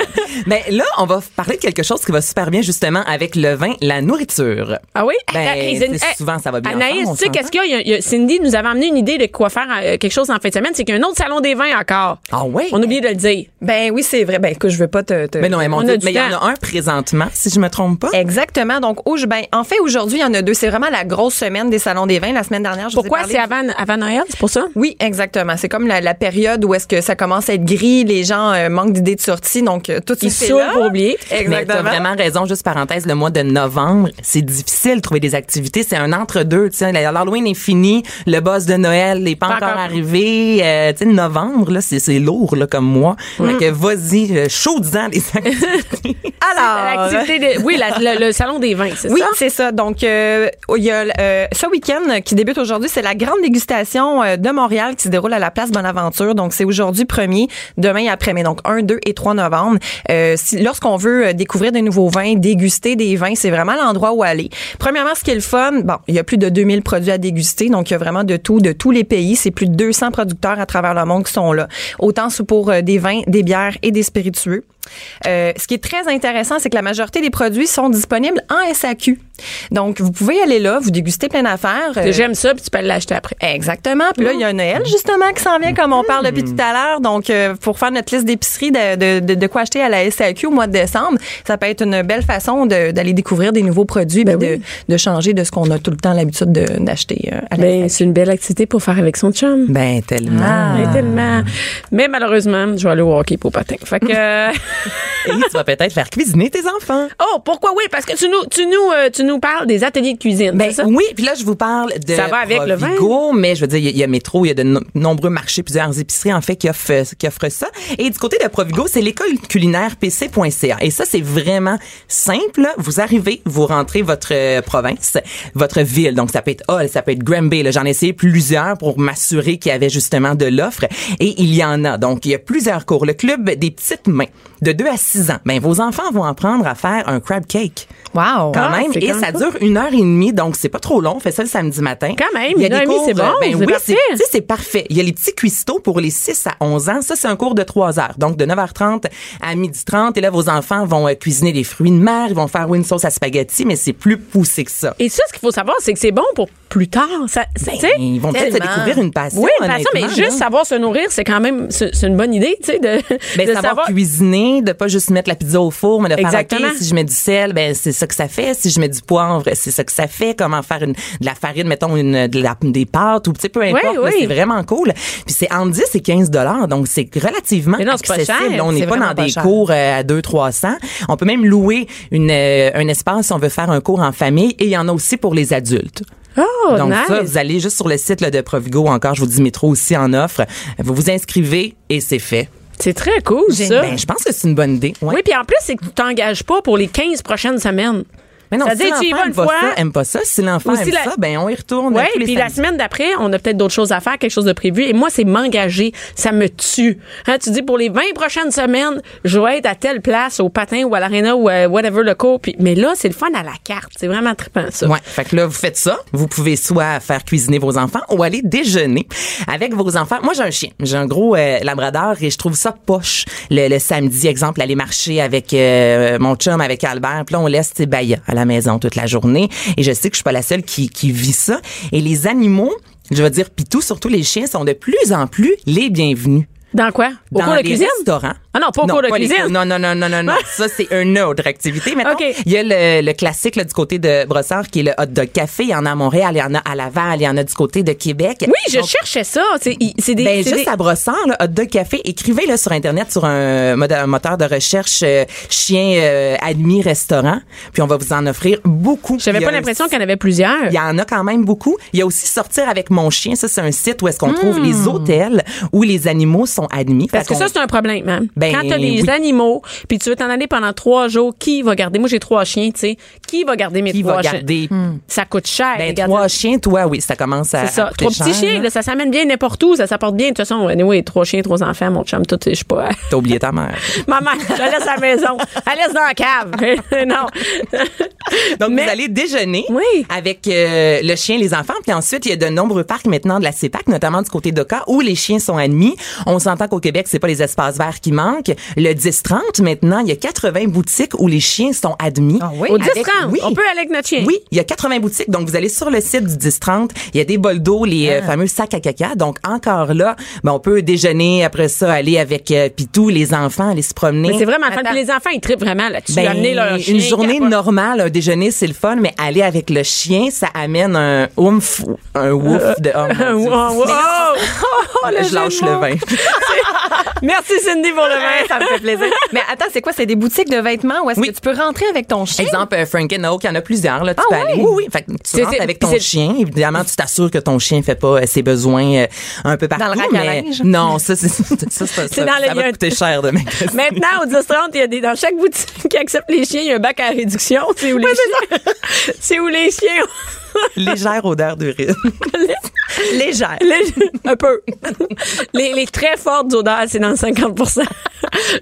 Speaker 4: Mais là, on va parler de quelque chose qui va super bien justement avec le vin, la nourriture.
Speaker 3: Ah oui?
Speaker 4: Ben,
Speaker 3: Hey,
Speaker 4: c'est
Speaker 3: Cindy- hey,
Speaker 4: souvent, ça va bien
Speaker 3: Anaïs,
Speaker 4: ensemble, on
Speaker 3: tu sais,
Speaker 4: s'entend.
Speaker 3: qu'est-ce qu'il y a? Il y a- il y a- Cindy nous avait amené une idée de quoi faire euh, quelque chose en fin de semaine. C'est qu'il y a un autre salon des vins encore.
Speaker 4: Ah oui?
Speaker 3: On a oublié de le dire.
Speaker 5: Ben oui, c'est vrai. Ben écoute, je veux pas te. te-
Speaker 4: Mais non, mais
Speaker 3: On
Speaker 4: mon
Speaker 3: a
Speaker 4: Dieu,
Speaker 3: du
Speaker 4: mais il y en
Speaker 3: temps.
Speaker 4: a un présentement, si je me trompe pas.
Speaker 5: Exactement. Donc, au- ben, en fait, aujourd'hui, il y en a deux. C'est vraiment la grosse semaine des salons des vins. La semaine dernière, je vous ai
Speaker 3: Pourquoi?
Speaker 5: parlé
Speaker 3: C'est avant, avant Noël, c'est pour ça?
Speaker 5: Oui, exactement. C'est comme la, la période où est-ce que ça commence à être gris, les gens euh, manquent d'idées de sortie, donc euh, tout
Speaker 3: Ils
Speaker 5: se fait
Speaker 3: saoulent
Speaker 5: là.
Speaker 3: pour oublier.
Speaker 4: Mais t'as
Speaker 5: Exactement.
Speaker 4: vraiment raison, juste parenthèse, le mois de novembre, c'est difficile de trouver des activités, c'est un entre-deux, tu sais, l'Halloween est fini, le boss de Noël n'est pas,
Speaker 3: Pas
Speaker 4: encore,
Speaker 3: encore.
Speaker 4: arrivé, euh, tu sais, novembre, là, c'est, c'est lourd, là, comme moi.
Speaker 3: Mm.
Speaker 4: Fait que vas-y, euh, chaud-disant les [LAUGHS] activités.
Speaker 5: Alors, euh,
Speaker 3: L'activité de- oui, la- le, le salon des vins, c'est
Speaker 5: Oui,
Speaker 3: ça?
Speaker 5: c'est ça. Donc, euh, il y a euh, ce week-end euh, qui débute aujourd'hui, c'est la grande dégustation euh, de Montréal qui se déroule à la place Bonaventure. Donc, c'est aujourd'hui premier, demain après-midi. Donc, 1, 2 et 3 novembre. Euh, si- Lorsqu'on veut euh, découvrir des nouveaux vins, déguster des vins, c'est vraiment l'endroit où aller. Premièrement, ce qui est le fun, bon, il y a plus de 2000 produits à déguster. Donc, il y a vraiment de tout, de tous les pays. C'est plus de 200 producteurs à travers le monde qui sont là. Autant sous- pour euh, des vins, des bières et des spiritueux. Euh, ce qui est très intéressant, c'est que la majorité des produits sont disponibles en SAQ. Donc, vous pouvez aller là, vous déguster plein d'affaires. euh,
Speaker 3: J'aime ça, puis tu peux l'acheter après.
Speaker 5: Exactement. Puis là, il y a Noël, justement, qui s'en vient, comme on parle depuis tout à l'heure. Donc, euh, pour faire notre liste d'épicerie de, de, de, de quoi acheter à la SAQ au mois de décembre, ça peut être une belle façon de- d'aller découvrir des nouveaux produits, puis de, de changer de ce qu'on a tout le temps l'habitude de- d'acheter euh, à la
Speaker 3: Ben, c'est une belle activité pour faire avec son chum.
Speaker 4: Ben, tellement.
Speaker 3: Ben, tellement. Mais malheureusement, je vais aller au hockey pour patin. Fait
Speaker 4: [LAUGHS]
Speaker 3: que.
Speaker 4: Et tu vas peut-être faire cuisiner tes enfants.
Speaker 3: oh, pourquoi oui? Parce que tu nous, tu nous, euh, tu nous parles des ateliers de cuisine.
Speaker 4: Ben
Speaker 3: c'est ça?
Speaker 4: oui, puis là je vous parle de
Speaker 3: Ça va avec le vin.
Speaker 4: Provigo, mais je veux dire il y a- il y, a métro, il y a de no- nombreux marchés, plusieurs épiceries en fait qui offrent euh, qui offrent ça. Et du côté de Provigo, c'est l'école culinaire pc.ca et ça c'est vraiment simple, là. vous arrivez, vous rentrez votre euh, province, votre ville. Donc ça peut être Hall, ça peut être Granby, là. j'en ai essayé plusieurs pour m'assurer qu'il y avait justement de l'offre et il y en a. Donc il y a plusieurs cours, le club des petites mains de 2 à 6 ans. Ben vos enfants vont apprendre à faire un crab cake
Speaker 5: Wow!
Speaker 4: quand
Speaker 3: Ah,
Speaker 4: même.
Speaker 3: c'est
Speaker 4: Et
Speaker 3: quand même
Speaker 4: ça dure une heure et demie, donc c'est pas trop long. On fait ça le samedi matin.
Speaker 3: Quand même,
Speaker 4: Il y a
Speaker 3: une heure
Speaker 4: des
Speaker 3: et demie,
Speaker 4: cours,
Speaker 3: c'est bon,
Speaker 4: euh, Ben
Speaker 3: c'est
Speaker 4: oui,
Speaker 3: parfait.
Speaker 4: c'est tu sais, c'est parfait. Il y a les petits cuistots pour les 6 à 11 ans. Ça, c'est un cours de 3 heures. Donc, de 9h30 à 12h30. Et là, vos enfants vont euh, cuisiner des fruits de mer. Ils vont faire oui, une sauce à spaghetti, mais c'est plus poussé que ça.
Speaker 3: Et ça, ce qu'il faut savoir, c'est que c'est bon pour plus tard. Ça, tu sais?
Speaker 4: Ben, Ils vont peut-être se
Speaker 5: tellement.
Speaker 4: découvrir une passion.
Speaker 3: Oui, mais ça, mais
Speaker 4: honnêtement,
Speaker 3: juste
Speaker 4: là.
Speaker 3: savoir se nourrir, c'est quand même, c'est c'est une bonne idée, tu sais, de,
Speaker 4: [LAUGHS] Ben,
Speaker 3: de
Speaker 4: savoir, cuisiner, de pas juste mettre la pizza au four, mais de
Speaker 3: Exactement.
Speaker 4: faire, OK, si je mets du sel, ben, c'est ça que ça fait. Si je mets du poivre, c'est ça que ça fait. Comment faire une, de la farine, mettons, une, de la- des pâtes ou, tu sais, peu importe. là,
Speaker 3: oui.
Speaker 4: C'est vraiment cool. Puis c'est entre 10 et 15 dollars. Donc, c'est relativement
Speaker 3: Mais non, c'est pas
Speaker 4: accessible.
Speaker 3: cher.
Speaker 4: On n'est
Speaker 5: C'est
Speaker 4: pas
Speaker 5: vraiment
Speaker 4: dans
Speaker 5: pas
Speaker 4: des
Speaker 5: cher.
Speaker 4: cours euh, à 2 300. On peut même louer une, euh, un espace si on veut faire un cours en famille. Et il y en a aussi pour les adultes.
Speaker 3: Oh,
Speaker 4: Donc
Speaker 3: nice.
Speaker 4: ça, vous allez juste sur le site là, de Provigo encore, je vous dis métro aussi en offre. Vous vous inscrivez et c'est fait.
Speaker 3: C'est très cool, ça.
Speaker 4: Ben, je pense que c'est une bonne idée. Ouais.
Speaker 3: Oui, puis en plus, c'est que tu t'engages pas pour les 15 prochaines semaines.
Speaker 4: mais non,
Speaker 3: c'est-à-dire,
Speaker 4: si
Speaker 3: tu y vas
Speaker 4: l'enfant
Speaker 3: une
Speaker 4: aime pas
Speaker 3: fois.
Speaker 4: ça, aime pas ça. Si l'enfant
Speaker 3: Ou
Speaker 4: aime
Speaker 3: si la-
Speaker 4: ça, ben on y retourne.
Speaker 3: Oui,
Speaker 4: tous les
Speaker 3: puis la
Speaker 4: samedis.
Speaker 3: semaine d'après, on a peut-être d'autres choses à faire, quelque chose de prévu. Et moi, c'est m'engager. Ça me tue. Hein, tu dis, pour les 20 prochaines semaines, je vais être à telle place, au patin ou à l'aréna ou à whatever le cours. Puis, mais là, c'est le fun à la carte. C'est vraiment trippant, ça.
Speaker 4: Ouais, fait que là vous faites ça, vous pouvez soit faire cuisiner vos enfants ou aller déjeuner avec vos enfants. Moi j'ai un chien, j'ai un gros euh, labrador et je trouve ça poche le, le samedi exemple aller marcher avec euh, mon chum avec Albert, puis là on laisse ses baillas à la maison toute la journée et je sais que je suis pas la seule qui qui vit ça et les animaux, je veux dire pitou surtout les chiens sont de plus en plus les bienvenus.
Speaker 3: Dans quoi? Au
Speaker 4: dans
Speaker 3: cours de
Speaker 4: les
Speaker 3: cuisine?
Speaker 4: restaurants.
Speaker 3: Ah non, pas au cours de
Speaker 4: les
Speaker 3: cuisine.
Speaker 4: cours- Non, non, non,
Speaker 3: [LAUGHS]
Speaker 4: non, non, non. ça, c'est une autre activité. Maintenant,
Speaker 3: OK.
Speaker 4: il y a le, le classique là, du côté de Brossard qui est le hot dog café. Il y en a à Montréal, il y en a à Laval, il y en a du côté de Québec.
Speaker 3: Oui, je
Speaker 4: Donc,
Speaker 3: cherchais ça. C'est il- c'est des.
Speaker 4: ben,
Speaker 3: c'est
Speaker 4: juste
Speaker 3: des-
Speaker 4: à Brossard, là, hot dog café, écrivez-le sur Internet, sur un, mode- un moteur de recherche euh, chien euh, admis restaurant, puis on va vous en offrir beaucoup.
Speaker 3: J'avais
Speaker 4: Il y
Speaker 3: pas
Speaker 4: a un
Speaker 3: l'impression qu'il y en avait plusieurs.
Speaker 4: il y en a quand même beaucoup. Il y a aussi sortir avec mon chien. Ça, c'est un site où est-ce qu'on trouve les hôtels où les animaux sont admis.
Speaker 3: Hmm. Parce que
Speaker 4: Fait
Speaker 3: ça,
Speaker 4: qu'on-
Speaker 3: c'est un problème, hein.
Speaker 4: Ben,
Speaker 3: Quand t'as des
Speaker 4: oui.
Speaker 3: animaux, puis tu veux t'en aller pendant trois jours, qui va garder? Moi, j'ai trois chiens, tu sais. Qui va garder mes
Speaker 4: qui
Speaker 3: trois
Speaker 4: va
Speaker 3: chiens?
Speaker 4: garder
Speaker 3: Ça coûte cher.
Speaker 4: ben,
Speaker 3: les garder-
Speaker 4: trois chiens, toi, oui, ça commence à.
Speaker 3: C'est ça.
Speaker 4: à coûter
Speaker 3: Trois petits
Speaker 4: cher,
Speaker 3: chiens,
Speaker 4: là.
Speaker 3: là, ça s'amène bien n'importe où, ça s'apporte bien. De toute façon, anyway, trois chiens, trois enfants, mon chum, tout, je sais pas. [LAUGHS]
Speaker 4: T'as oublié ta mère.
Speaker 3: Maman, je la laisse à la maison. Elle laisse dans la cave. [LAUGHS] non.
Speaker 4: Donc,
Speaker 3: Mais-
Speaker 4: vous allez déjeuner
Speaker 3: Oui.
Speaker 4: avec euh, le chien, les enfants. Puis ensuite, il y a de nombreux parcs maintenant de la CEPAC, notamment du côté d'Oka, où les chiens sont admis. On s'entend qu'au Québec, c'est pas les espaces verts qui manquent. Le 10-30, maintenant, il y a 80 boutiques où les chiens sont admis.
Speaker 5: Ah oui?
Speaker 3: Au Oh,
Speaker 4: Avec-
Speaker 3: 10-30,
Speaker 4: oui.
Speaker 3: on peut aller avec notre chien.
Speaker 4: Oui, il y a 80 boutiques. Donc, vous allez sur le site du 10-30. Il y a des bols d'eau, les
Speaker 3: Ah.
Speaker 4: euh, fameux sacs à caca. Donc, encore là, ben, on peut déjeuner après ça, aller avec euh, Pitou, les enfants, aller se promener.
Speaker 3: Mais c'est vraiment le fun.
Speaker 5: Attends.
Speaker 3: Puis les enfants, ils trippent vraiment là-dessus.
Speaker 4: Ben,
Speaker 3: amener leur chien,
Speaker 4: une journée
Speaker 3: capote.
Speaker 4: normale, un déjeuner, c'est le fun, mais aller avec le chien, ça amène un oomph,
Speaker 3: [LAUGHS]
Speaker 4: un ouf de... oh,
Speaker 3: Oh,
Speaker 4: mon
Speaker 3: [LAUGHS]
Speaker 4: Dieu.
Speaker 3: wow, wow.
Speaker 4: [LAUGHS]
Speaker 3: Oh, le
Speaker 4: je
Speaker 3: jeu
Speaker 4: lâche
Speaker 3: de
Speaker 4: le
Speaker 3: mots.
Speaker 4: vin.
Speaker 3: Merci Cindy pour le vin.
Speaker 5: ça me fait plaisir. Mais attends, c'est quoi? C'est des boutiques de vêtements où est-ce
Speaker 4: Oui.
Speaker 5: que tu peux rentrer avec ton chien?
Speaker 4: Exemple, euh, Franken Oak, il y en a plusieurs.
Speaker 3: Ah
Speaker 4: Là, tu peux aller. Oui, oui. Fait que
Speaker 3: C'est-
Speaker 4: tu rentres
Speaker 3: c'est-
Speaker 4: avec
Speaker 3: puis
Speaker 4: ton
Speaker 3: c'est-
Speaker 4: chien. Évidemment, tu t'assures que ton chien fait pas euh, ses besoins euh, un peu partout.
Speaker 5: le rack à
Speaker 4: mais
Speaker 5: linge.
Speaker 4: non, ça, c'est [LAUGHS] ça, ça, ça,
Speaker 3: C'est dans le
Speaker 4: ça va
Speaker 3: lien.
Speaker 4: te coûter cher de magasiner.
Speaker 3: Maintenant, au 10-30, il y a des, dans chaque boutique [LAUGHS] qui accepte les chiens, il y a un bac à réduction. C'est où les chiens, [LAUGHS] c'est où les chiens
Speaker 4: Légère odeur d'urine.
Speaker 3: [LAUGHS]
Speaker 5: Légère.
Speaker 3: les- un peu. Les, les très fortes odeurs, c'est dans le 50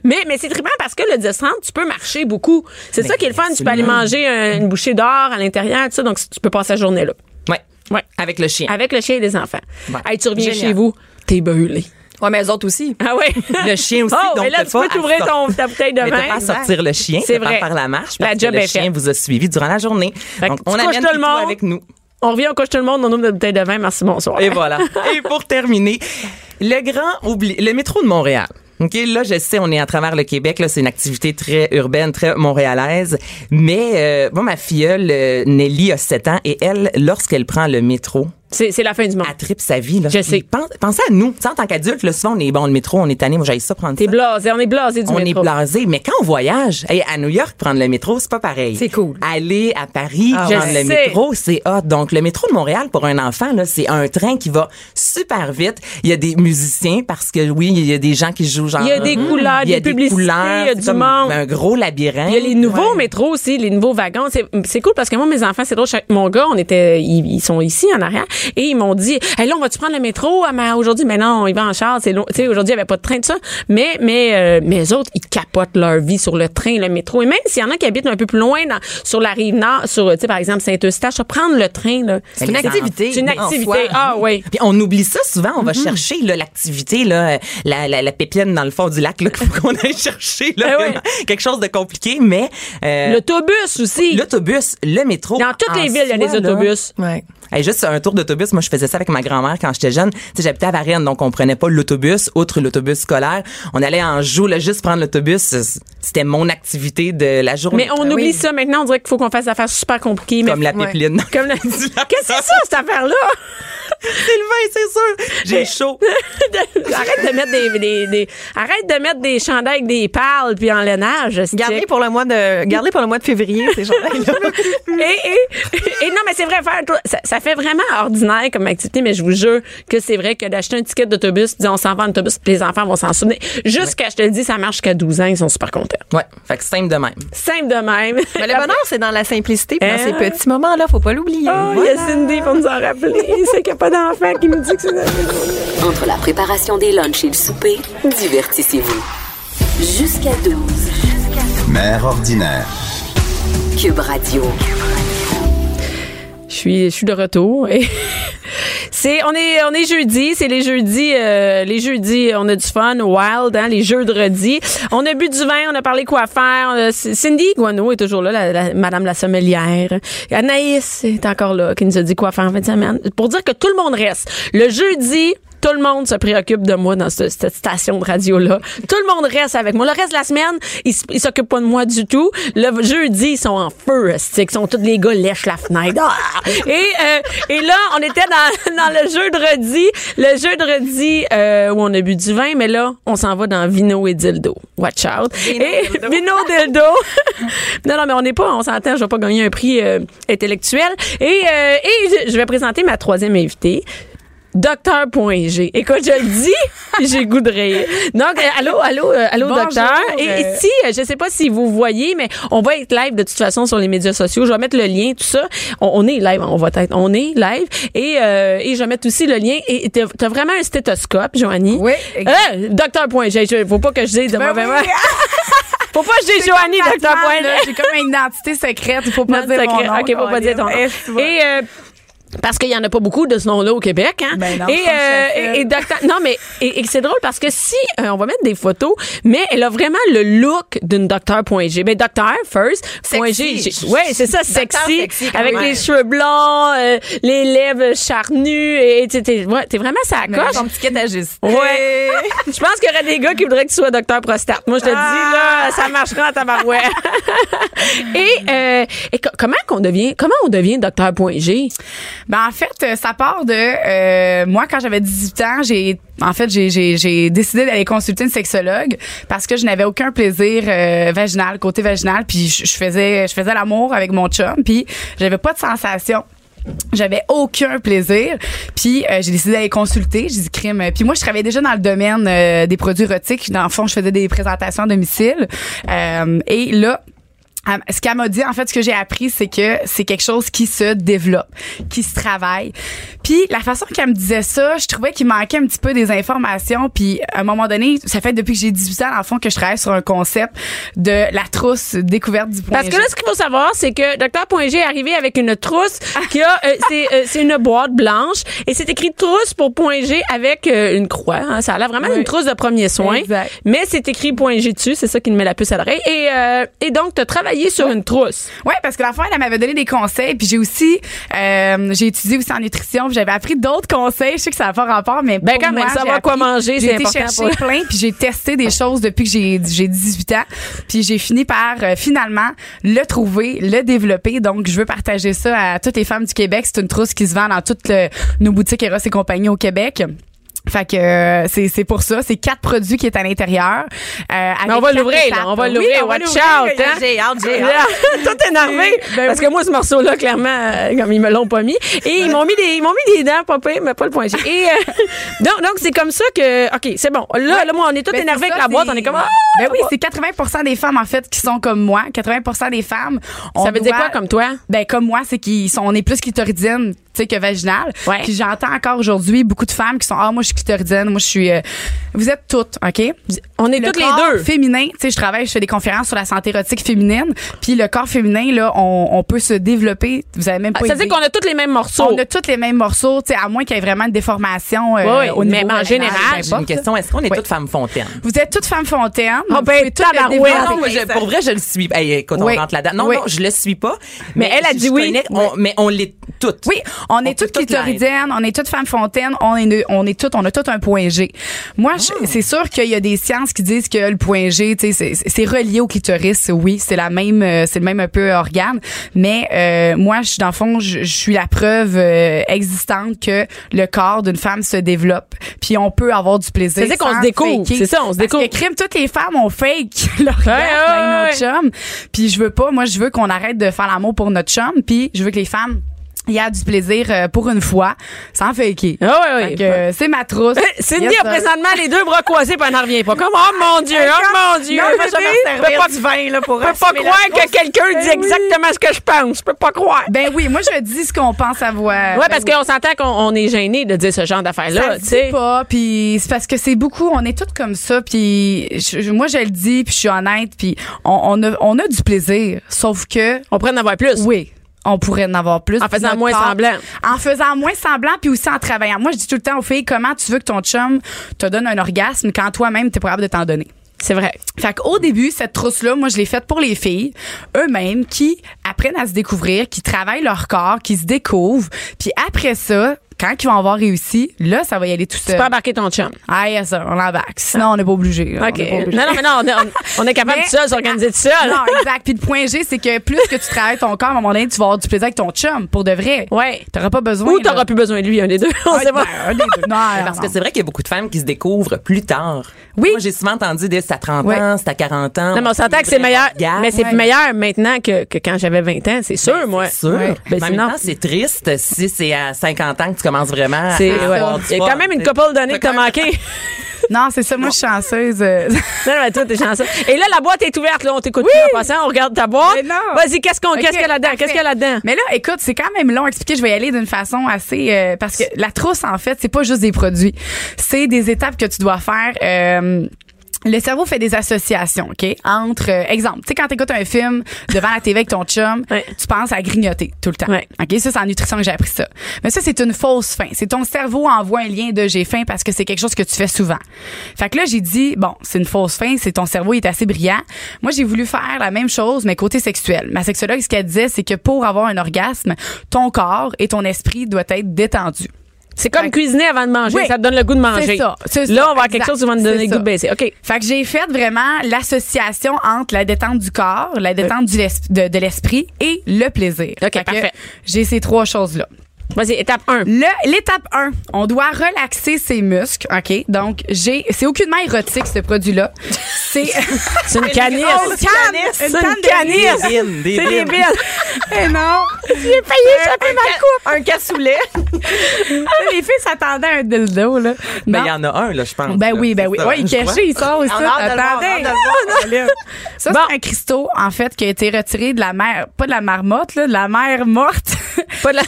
Speaker 3: Mais, mais c'est trippant parce que le 10-30, tu peux marcher beaucoup. C'est ça qui est le fun. Tu peux aller
Speaker 4: absolument.
Speaker 3: manger un- une bouchée d'or à l'intérieur, tout ça. Donc, tu peux passer la journée là.
Speaker 4: ouais.
Speaker 3: Ouais.
Speaker 4: Avec le chien.
Speaker 3: Avec le chien et les enfants.
Speaker 4: Ouais.
Speaker 3: Hey, tu reviens
Speaker 4: Génial.
Speaker 3: chez vous, t'es brûlé.
Speaker 5: Ouais, mais les autres aussi.
Speaker 3: Ah oui.
Speaker 4: Le chien aussi.
Speaker 3: [LAUGHS] Oh,
Speaker 4: donc
Speaker 3: et là,
Speaker 4: t'as
Speaker 3: tu
Speaker 4: pas
Speaker 3: peux
Speaker 4: à
Speaker 3: t'ouvrir
Speaker 4: sortir-
Speaker 3: ton- ta bouteille de
Speaker 4: Mais t'as
Speaker 3: vin.
Speaker 4: pas à sortir le chien,
Speaker 3: C'est
Speaker 4: t'as pas
Speaker 3: vrai.
Speaker 4: à faire la marche.
Speaker 3: La
Speaker 4: parce que
Speaker 3: job
Speaker 4: le
Speaker 3: est
Speaker 4: chien
Speaker 3: faite.
Speaker 4: vous a suivi durant la journée.
Speaker 3: Fait que
Speaker 4: donc,
Speaker 3: tu
Speaker 4: on
Speaker 3: couches
Speaker 4: amène
Speaker 3: tout le
Speaker 4: Pitou
Speaker 3: monde.
Speaker 4: avec nous.
Speaker 3: On revient, on coche tout le monde, on ouvre notre bouteille de vin. Merci, bonsoir.
Speaker 4: Et voilà. Et pour terminer, le grand oubli, le métro de Montréal. OK, là, je sais, on est à travers le Québec. Là, c'est une activité très urbaine, très montréalaise. Mais euh, moi, ma filleule, euh, Nelly, a 7 ans. Et elle, lorsqu'elle prend le métro,
Speaker 3: C'est c'est la fin du monde.
Speaker 4: elle tripe sa vie. Là.
Speaker 3: Je sais.
Speaker 4: Puis Pense, pensez à nous. Tu sais, en tant qu'adulte, là, souvent, on est bon, le métro, on est tanné. Moi, j'aille ça prendre
Speaker 3: T'es
Speaker 4: ça.
Speaker 3: blasé, on est blasé du
Speaker 4: On
Speaker 3: métro.
Speaker 4: est blasé, mais quand on voyage, hey, à New York, prendre le métro, c'est pas pareil.
Speaker 5: C'est cool.
Speaker 4: Aller à Paris,
Speaker 5: Ah,
Speaker 4: prendre
Speaker 3: je sais.
Speaker 4: le métro, c'est hot. Donc, le métro de Montréal, pour un enfant, là, c'est un train qui va super vite. Il y a des musiciens, parce que oui, il y a des gens qui jouent genre...
Speaker 3: Il y a des
Speaker 4: Hmm.
Speaker 3: couleurs,
Speaker 4: il y a
Speaker 3: des publicités, il y a
Speaker 4: c'est
Speaker 3: du
Speaker 4: comme
Speaker 3: monde.
Speaker 4: un gros labyrinthe.
Speaker 3: Il y a les nouveaux métros aussi, les nouveaux wagons. C'est, c'est cool parce que moi, mes enfants, c'est drôle. chaque- Mon gars, on était, ils, ils sont ici en arrière et ils m'ont dit, hey, là, on va-tu prendre le métro? Ah, mais aujourd'hui, mais non, il va en char. C'est long. Tu sais, aujourd'hui, il n'y avait pas de train de ça. Mais, mais, euh, mais eux autres, ils capotent leur vie sur le train, le métro. Et même s'il y en a qui habitent un peu plus loin dans- sur la rive nord, sur, tu sais, par exemple, Saint-Eustache, ça, prendre le train, là.
Speaker 4: C'est une activité,
Speaker 3: C'est une
Speaker 5: en
Speaker 3: activité.
Speaker 5: soi.
Speaker 3: Ah, Mhm. oui.
Speaker 4: Puis on oublie ça souvent, on va chercher là, l'activité, là, euh, la, la, la pépienne dans le fond du lac, là, [LAUGHS] qu'il faut qu'on aille chercher là,
Speaker 3: Eh ouais.
Speaker 4: vraiment [LAUGHS] quelque chose de compliqué, mais euh,
Speaker 3: L'autobus aussi.
Speaker 4: L'autobus, le métro.
Speaker 3: dans toutes
Speaker 4: en
Speaker 3: les villes, il y a des
Speaker 4: soi, là,
Speaker 3: autobus.
Speaker 5: Ouais.
Speaker 4: Hey, juste un tour d'autobus, moi je faisais ça avec ma grand-mère quand j'étais jeune. Tu sais, j'habitais à Varennes, donc on prenait pas l'autobus, outre l'autobus scolaire. On allait en joue, là, juste prendre l'autobus. C'était mon activité de la journée.
Speaker 3: Mais on oublie ça maintenant. On dirait qu'il faut qu'on fasse des affaires super compliquées. mais-
Speaker 4: Ben comme la
Speaker 5: Ouais.
Speaker 4: pipeline.
Speaker 3: [LAUGHS] Comme la- Qu'est-ce que c'est ça, cette affaire-là? [LAUGHS]
Speaker 4: C'est le vin, c'est sûr. J'ai chaud.
Speaker 3: Arrête de mettre des, des- des- arrête de mettre des chandails avec des pales puis en lainage. stick.
Speaker 5: Gardez pour le mois de, gardez pour le mois de février, ces [LAUGHS] gens-là.
Speaker 3: Et, et- et non, mais c'est vrai, faire toi, ça, ça fait vraiment ordinaire comme activité, mais je vous jure que c'est vrai que d'acheter un ticket d'autobus, puis on s'en va en autobus, puis les enfants vont s'en souvenir. Jusqu'à, je te le dis, ça marche jusqu'à 12 ans, ils sont super contents.
Speaker 4: Ouais, fait que simple de même.
Speaker 3: Simple de même. Oh,
Speaker 5: Mais le bonheur, c'est dans la simplicité, puis dans
Speaker 3: Hein?
Speaker 5: ces petits moments-là, faut pas l'oublier.
Speaker 3: Oh, il y a Cindy pour nous en rappeler. C'est qu'il n'y a pas d'enfant qui me dit que c'est
Speaker 1: Entre la préparation des lunchs et le souper, divertissez-vous. Jusqu'à 12.
Speaker 2: Mère ordinaire.
Speaker 1: Cube Radio.
Speaker 3: Je suis, je suis de retour. Et [LAUGHS] c'est, on est, on est jeudi. C'est les jeudis, euh, les jeudis. On a du fun, wild, hein, les jeux de redis. On a bu du vin, on a parlé quoi faire. Euh, C- Cindy Guano est toujours là, la, la- Madame la sommelière. Anaïs est encore là, qui nous a dit quoi faire en fin de semaine. Pour dire que tout le monde reste. Le jeudi. Tout le monde se préoccupe de moi dans ce- cette station de radio-là. Tout le monde reste avec moi. Le reste de la semaine, ils s- ils s'occupent pas de moi du tout. Le jeudi, ils sont en feu, c'est Ils sont tous les gars lèchent la fenêtre. Ah! Et, euh, et là, on était dans, dans le jeu de redis. Le jeu de redis euh, où on a bu du vin, mais là, on s'en va dans Vino et Dildo. Watch out. et Vino Dildo. non, non, mais on n'est pas, on s'entend, je vais pas gagner un prix euh, intellectuel. Et, euh, et je- je vais présenter ma troisième invitée. Docteur.g. Écoute, je le dis, [LAUGHS] j'ai le goût de rire. Donc, euh, allô, allô, euh, allô,
Speaker 5: Bonjour,
Speaker 3: docteur. Et, et
Speaker 5: euh,
Speaker 3: si, euh, je sais pas si vous voyez, mais on va être live de toute façon sur les médias sociaux. Je vais mettre le lien, tout ça. On, on est live, on va être, on est live. Et, euh, et je vais mettre aussi le lien. Et t'as t'as vraiment un stéthoscope, Joanie.
Speaker 5: Oui, exact.
Speaker 3: Euh, docteur.g. Je- Faut pas que je dise de
Speaker 6: Ben
Speaker 3: mauvais
Speaker 6: oui.
Speaker 3: mots. [LAUGHS] Faut pas que je dise Joanie,
Speaker 6: Batman,
Speaker 3: docteur.g.
Speaker 6: là, J'ai comme une identité secrète. Il faut pas
Speaker 3: Non,
Speaker 6: dire
Speaker 3: secret.
Speaker 6: mon nom.
Speaker 3: OK, faut pas dire ton nom.
Speaker 6: Eh, tu vois.
Speaker 3: Et euh, parce qu'il y en a pas beaucoup de ce nom-là au Québec, hein.
Speaker 6: Ben non,
Speaker 3: et,
Speaker 6: je pense que
Speaker 3: euh,
Speaker 6: ça
Speaker 3: et, et docteur- non mais et, et c'est drôle parce que si euh, on va mettre des photos, mais elle a vraiment le look d'une docteur.g. Ben docteur first. Point G,
Speaker 5: Sexy.
Speaker 3: j'ai- ouais, c'est ça, sexy,
Speaker 5: sexy, quand
Speaker 3: avec
Speaker 5: même.
Speaker 3: les cheveux blancs, euh, les lèvres charnues et tu sais, t'es ouais, t'es vraiment ça
Speaker 6: Mais
Speaker 3: coche.
Speaker 6: Ton petit kit ajuste.
Speaker 3: Ouais. Je pense qu'il y aurait des gars qui voudraient que tu sois docteur prostate. Moi, je te dis, là, ça marchera en tabarouette. Ah. [LAUGHS] et euh, et co- comment qu'on devient, comment on devient docteur point G?
Speaker 6: Ben en fait, euh, ça part de euh, moi quand j'avais 18 ans, j'ai en fait j'ai j'ai j'ai décidé d'aller consulter une sexologue parce que je n'avais aucun plaisir euh, vaginal, côté vaginal, puis je je faisais je faisais l'amour avec mon chum, puis j'avais pas de sensation. J'avais aucun plaisir, puis euh, j'ai décidé d'aller consulter. J'ai dit crime. Puis moi, je travaillais déjà dans le domaine euh, des produits érotiques. Dans le fond, je faisais des présentations à domicile. Euh, et là, Elle- ce qu'elle m'a dit, en fait, ce que j'ai appris, c'est que c'est quelque chose qui se développe, qui se travaille. Puis la façon qu'elle me disait ça, je trouvais qu'il manquait un petit peu des informations. Puis à un moment donné, ça fait depuis que j'ai 18 ans, dans le fond, que je travaille sur un concept de la trousse découverte du point
Speaker 3: Parce que
Speaker 6: G.
Speaker 3: là, ce qu'il faut savoir, c'est que Dr.G est arrivé avec une trousse qui a, euh, c'est, euh, c'est une boîte blanche et c'est écrit trousse pour point G avec euh, une croix. hein. Ça a l'air vraiment
Speaker 6: Oui.
Speaker 3: une trousse de premier soin.
Speaker 6: Exact.
Speaker 3: Mais c'est écrit point G dessus, c'est ça qui me met la puce à l'oreille. Et, euh, et donc, t'as travaillé sur une trousse.
Speaker 6: Ouais, parce que la fois, elle m'avait donné des conseils, puis j'ai aussi, euh, j'ai étudié aussi en nutrition, puis j'avais appris d'autres conseils. Je sais que ça n'a pas rapport, mais
Speaker 3: Ben,
Speaker 6: pour
Speaker 3: quand même,
Speaker 6: moi,
Speaker 3: savoir
Speaker 6: j'ai
Speaker 3: quoi
Speaker 6: appris-
Speaker 3: manger, c'est
Speaker 6: J'ai été
Speaker 3: important
Speaker 6: chercher
Speaker 3: pour-
Speaker 6: plein, puis j'ai testé des choses depuis que j'ai j'ai 18 ans, puis j'ai fini par euh, finalement le trouver, le développer. Donc, je veux partager ça à toutes les femmes du Québec. C'est une trousse qui se vend dans toutes euh, nos boutiques Eros et compagnie au Québec. Fait que euh, c'est c'est pour ça, c'est quatre produits qui est à l'intérieur. euh,
Speaker 3: Mais on
Speaker 6: avec
Speaker 3: va
Speaker 6: quatre
Speaker 3: l'ouvrir, là.
Speaker 6: étapes.
Speaker 3: On va
Speaker 6: Oui,
Speaker 3: l'ouvrir.
Speaker 6: on va
Speaker 3: Watch
Speaker 6: l'ouvrir.
Speaker 3: out, hein?
Speaker 4: J'ai hâte, j'ai hâte.
Speaker 3: Là, [LAUGHS] Tout énervé.
Speaker 6: Ben
Speaker 3: parce
Speaker 6: oui.
Speaker 3: que moi, ce morceau-là, clairement, euh, comme ils me l'ont pas mis. Et ils m'ont mis des, ils m'ont mis des dents, pas pire, mais pas le point G. Et, euh, [LAUGHS] donc, donc, c'est comme ça que, OK, c'est bon. Là, là, moi, on est tout
Speaker 6: Ben,
Speaker 3: énervé
Speaker 6: c'est
Speaker 3: avec la
Speaker 6: ça,
Speaker 3: boîte.
Speaker 6: c'est-
Speaker 3: On est comme, ah!
Speaker 6: Ben oui, c'est 80 des femmes, en fait, qui sont comme moi. 80 des femmes. on
Speaker 3: Ça veut dire
Speaker 6: doit-
Speaker 3: quoi comme toi?
Speaker 6: Ben, comme moi, c'est qu'ils sont, on est plus clitoridienne, tu sais, que vaginale.
Speaker 3: Ouais.
Speaker 6: Puis j'entends encore aujourd'hui beaucoup de femmes qui sont, ah, moi, je suis clitoridienne, moi, je suis, euh, vous êtes toutes, OK?
Speaker 3: On est
Speaker 6: Le
Speaker 3: toutes les
Speaker 6: corps
Speaker 3: deux.
Speaker 6: féminin, tu sais, je travaille, je fais des conférences sur la santé érotique féminine, puis le corps féminin, là, on, on peut se développer. Vous avez même pas
Speaker 3: Ah, Ça veut
Speaker 6: idée.
Speaker 3: dire qu'on a tous les mêmes morceaux.
Speaker 6: on a tous les mêmes morceaux, tu sais, à moins qu'il y ait vraiment une déformation euh,
Speaker 3: Oui, oui,
Speaker 6: au niveau
Speaker 3: mais en
Speaker 6: vaginal,
Speaker 3: général,
Speaker 6: peu
Speaker 3: j'ai
Speaker 4: J'ai une
Speaker 6: importe.
Speaker 4: question. Est-ce qu'on est
Speaker 6: Oui.
Speaker 4: toutes femmes fontaines?
Speaker 6: Vous êtes toutes femmes fontaines.
Speaker 3: Ah
Speaker 6: donc
Speaker 3: ben,
Speaker 6: vous pouvez toutes le
Speaker 3: tabarouette.
Speaker 6: développer.
Speaker 3: Ah,
Speaker 4: Non, moi, je- pour vrai, je le suis. Hey, écoute,
Speaker 6: Oui.
Speaker 4: on rentre là-dedans. Non,
Speaker 6: Oui.
Speaker 4: non, je le suis pas.
Speaker 3: Mais elle a
Speaker 4: je
Speaker 3: dit oui.
Speaker 4: connais- on- mais on l'est toutes.
Speaker 6: Oui, on est
Speaker 4: peut
Speaker 6: toutes
Speaker 4: l'être.
Speaker 6: clitoridiennes, on est toutes femmes fontaines, on est, ne- on est toutes, on a toutes un point G. Moi, je-
Speaker 3: Ah.
Speaker 6: c'est sûr qu'il y a des sciences qui disent que le point G, tu sais, c'est- c'est c'est relié au clitoris, oui, c'est la même, euh, c'est le même un peu organe, mais euh, moi, je suis dans le fond, je, je suis la preuve euh, existante que le corps d'une femme se développe, puis on peut avoir du plaisir.
Speaker 3: C'est-à-dire qu'on
Speaker 6: sans
Speaker 3: se découvre,
Speaker 6: faker.
Speaker 3: c'est ça, on se
Speaker 6: Parce que
Speaker 3: découvre.
Speaker 6: crime, toutes les femmes ont fake [LAUGHS] leur
Speaker 3: Ouais,
Speaker 6: avec
Speaker 3: ouais,
Speaker 6: notre chum. Puis je veux pas, moi je veux qu'on arrête de faire l'amour pour notre chum, puis je veux que les femmes y a du plaisir euh, pour une fois, sans faker.
Speaker 3: Ah ouais, ouais.
Speaker 6: Fait que, euh, c'est ma trousse.
Speaker 3: Ben, Cindy
Speaker 6: Yes,
Speaker 3: a
Speaker 6: sir.
Speaker 3: présentement les deux bras croisés puis elle n'en revient pas. Comme, oh mon Dieu, oh mon Dieu.
Speaker 5: Non,
Speaker 3: Je
Speaker 5: mais
Speaker 3: peux
Speaker 5: je vais me
Speaker 3: pas-
Speaker 5: servir du vin là, pour
Speaker 3: je peux pas
Speaker 5: assumer la
Speaker 3: croire
Speaker 5: grosse-
Speaker 3: que quelqu'un dit exactement ce que je pense. Je peux pas croire.
Speaker 6: Ben oui, moi je dis ce qu'on pense avoir.
Speaker 3: Ouais, parce qu'on s'entend qu'on on est gêné de dire ce genre d'affaires-là,
Speaker 6: Euh, ben ça
Speaker 3: tu
Speaker 6: se
Speaker 3: sais.
Speaker 6: dit pas, puis c'est parce que c'est beaucoup, on est toutes comme ça, puis je- moi je le dis, puis je suis honnête, puis on, on a, on a du plaisir, sauf que
Speaker 3: On pourrait en avoir plus.
Speaker 6: Oui. On pourrait en avoir plus.
Speaker 3: En
Speaker 6: Puis
Speaker 3: faisant
Speaker 6: notre
Speaker 3: moins semblant.
Speaker 6: En faisant moins semblant, puis aussi en travaillant. Moi, je dis tout le temps aux filles, comment tu veux que ton chum te donne un orgasme quand toi-même, t'es pas capable de t'en donner?
Speaker 3: C'est vrai.
Speaker 6: Fait qu'au début, cette trousse-là, moi, je l'ai faite pour les filles, eux-mêmes, qui apprennent à se découvrir, qui travaillent leur corps, qui se découvrent. Puis après ça, quand ils vont avoir réussi, là, ça va y aller tout
Speaker 3: Tu
Speaker 6: seul.
Speaker 3: peux embarquer ton chum.
Speaker 6: Ah, yes, sir, on l'embarque. Sinon, on n'est pas obligé. là. Euh, On
Speaker 3: Ah. OK.
Speaker 6: n'est pas obligé.
Speaker 3: Non, non, mais non, on est, on- on est capable
Speaker 6: [LAUGHS] Mais-
Speaker 3: de ça, de s'organiser de ça.
Speaker 6: Non, exact. Puis le point G, c'est que plus que tu travailles ton corps, à un moment donné, tu vas avoir du plaisir avec ton chum, pour de vrai.
Speaker 3: Ouais.
Speaker 6: T'auras pas besoin.
Speaker 3: Ou
Speaker 6: là.
Speaker 3: t'auras plus besoin de lui, un des deux. On
Speaker 6: Ah,
Speaker 3: sait pas.
Speaker 6: ben, un des deux.
Speaker 3: [LAUGHS]
Speaker 6: Non, non,
Speaker 4: Parce
Speaker 6: non.
Speaker 4: que c'est vrai qu'il y a beaucoup de femmes qui se découvrent plus tard.
Speaker 6: Oui.
Speaker 4: Moi, j'ai souvent entendu dire c'est à 30
Speaker 6: Oui.
Speaker 4: ans, c'est à 40 ans.
Speaker 3: Non, mais on s'entend que c'est
Speaker 4: Vrai
Speaker 3: meilleur.
Speaker 4: orgasme.
Speaker 3: Mais c'est
Speaker 6: Ouais.
Speaker 3: meilleur maintenant que, que quand j'avais 20 ans, c'est sûr, moi.
Speaker 4: C'est sûr.
Speaker 3: Ouais. Ben,
Speaker 4: mais en
Speaker 3: sinon-
Speaker 4: même temps, c'est triste si c'est à 50 ans que tu commences vraiment
Speaker 3: C'est,
Speaker 4: à
Speaker 3: ouais.
Speaker 4: avoir du
Speaker 3: Il y a
Speaker 4: fun,
Speaker 3: quand même une
Speaker 4: t'sais.
Speaker 3: couple d'années que t'as
Speaker 4: T'as quand
Speaker 3: manqué.
Speaker 6: Non, c'est ça. Moi, je suis chanceuse.
Speaker 3: [LAUGHS]
Speaker 6: euh. [LAUGHS]
Speaker 3: non, non, mais toi, t'es chanceux. Et là, la boîte est ouverte, là. On t'écoute plus en passant, on regarde ta boîte.
Speaker 6: Mais non.
Speaker 3: Vas-y, qu'est-ce qu'on, qu'est-ce
Speaker 6: Ok,
Speaker 3: qu'il y a là-dedans? Qu'est-ce qu'il y a
Speaker 6: parfait.
Speaker 3: là-dedans?
Speaker 6: Mais là, écoute, c'est quand même long à expliquer. Je vais y aller d'une façon assez euh, parce que la trousse, en fait, c'est pas juste des produits. C'est des étapes que tu dois faire. euh, le cerveau fait des associations, OK? Entre, euh, exemple, tu sais, quand t'écoutes un film devant la TV avec ton chum,
Speaker 3: Ouais.
Speaker 6: tu penses à grignoter tout le temps.
Speaker 3: Ouais.
Speaker 6: OK? Ça, c'est en nutrition que j'ai appris ça. Mais ça, c'est une fausse faim. C'est ton cerveau envoie un lien de j'ai faim parce que c'est quelque chose que tu fais souvent. Fait que là, j'ai dit, bon, c'est une fausse faim, c'est ton cerveau, il est assez brillant. Moi, j'ai voulu faire la même chose, mais côté sexuel. Ma sexologue, ce qu'elle disait, c'est que pour avoir un orgasme, ton corps et ton esprit doivent être détendus.
Speaker 3: C'est comme cuisiner avant de manger.
Speaker 6: Oui.
Speaker 3: Ça te donne le goût de manger.
Speaker 6: C'est ça, c'est ça,
Speaker 3: Là, on va avoir quelque
Speaker 6: exact.
Speaker 3: chose qui va nous donner
Speaker 6: C'est
Speaker 3: le goût
Speaker 6: ça.
Speaker 3: de baisser. OK.
Speaker 6: Fait que j'ai fait vraiment l'association entre la détente du corps, la détente du l'esp- de, de l'esprit et le plaisir.
Speaker 3: Euh. Ok,
Speaker 6: Fait que
Speaker 3: parfait.
Speaker 6: J'ai ces trois choses-là.
Speaker 3: Vas-y, étape 1.
Speaker 6: Le- L'étape 1,
Speaker 3: [LAUGHS]
Speaker 6: on doit relaxer ses muscles, OK? Donc, j'ai, c'est aucunement érotique, ce produit-là. [LAUGHS] C'est
Speaker 3: C'est une canisse.
Speaker 6: grosse canne.
Speaker 3: C'est une
Speaker 6: Une canne de
Speaker 3: canisse.
Speaker 4: Des bines, des
Speaker 3: C'est des
Speaker 4: bines.
Speaker 3: bines.
Speaker 6: Eh non.
Speaker 3: J'ai failli échapper ma coupe.
Speaker 5: Un cassoulet.
Speaker 6: Les filles s'attendaient à un dildo, là.
Speaker 4: Ben,
Speaker 6: Non.
Speaker 4: il y en a un, là, je pense.
Speaker 6: Ben
Speaker 4: là,
Speaker 6: oui, ben
Speaker 4: c'est
Speaker 6: oui.
Speaker 4: ça,
Speaker 6: Ouais, il
Speaker 4: je
Speaker 6: est
Speaker 4: crois.
Speaker 6: caché, il sort ici.
Speaker 5: On
Speaker 3: [LAUGHS]
Speaker 5: a hâte de le voir,
Speaker 6: Attendez.
Speaker 5: on a hâte de le voir.
Speaker 6: Ça,
Speaker 3: Bon.
Speaker 6: c'est un cristaux, en fait, qui a été retiré de la mer, pas de la marmotte, là, de la mer morte.
Speaker 3: [LAUGHS] Pas de la,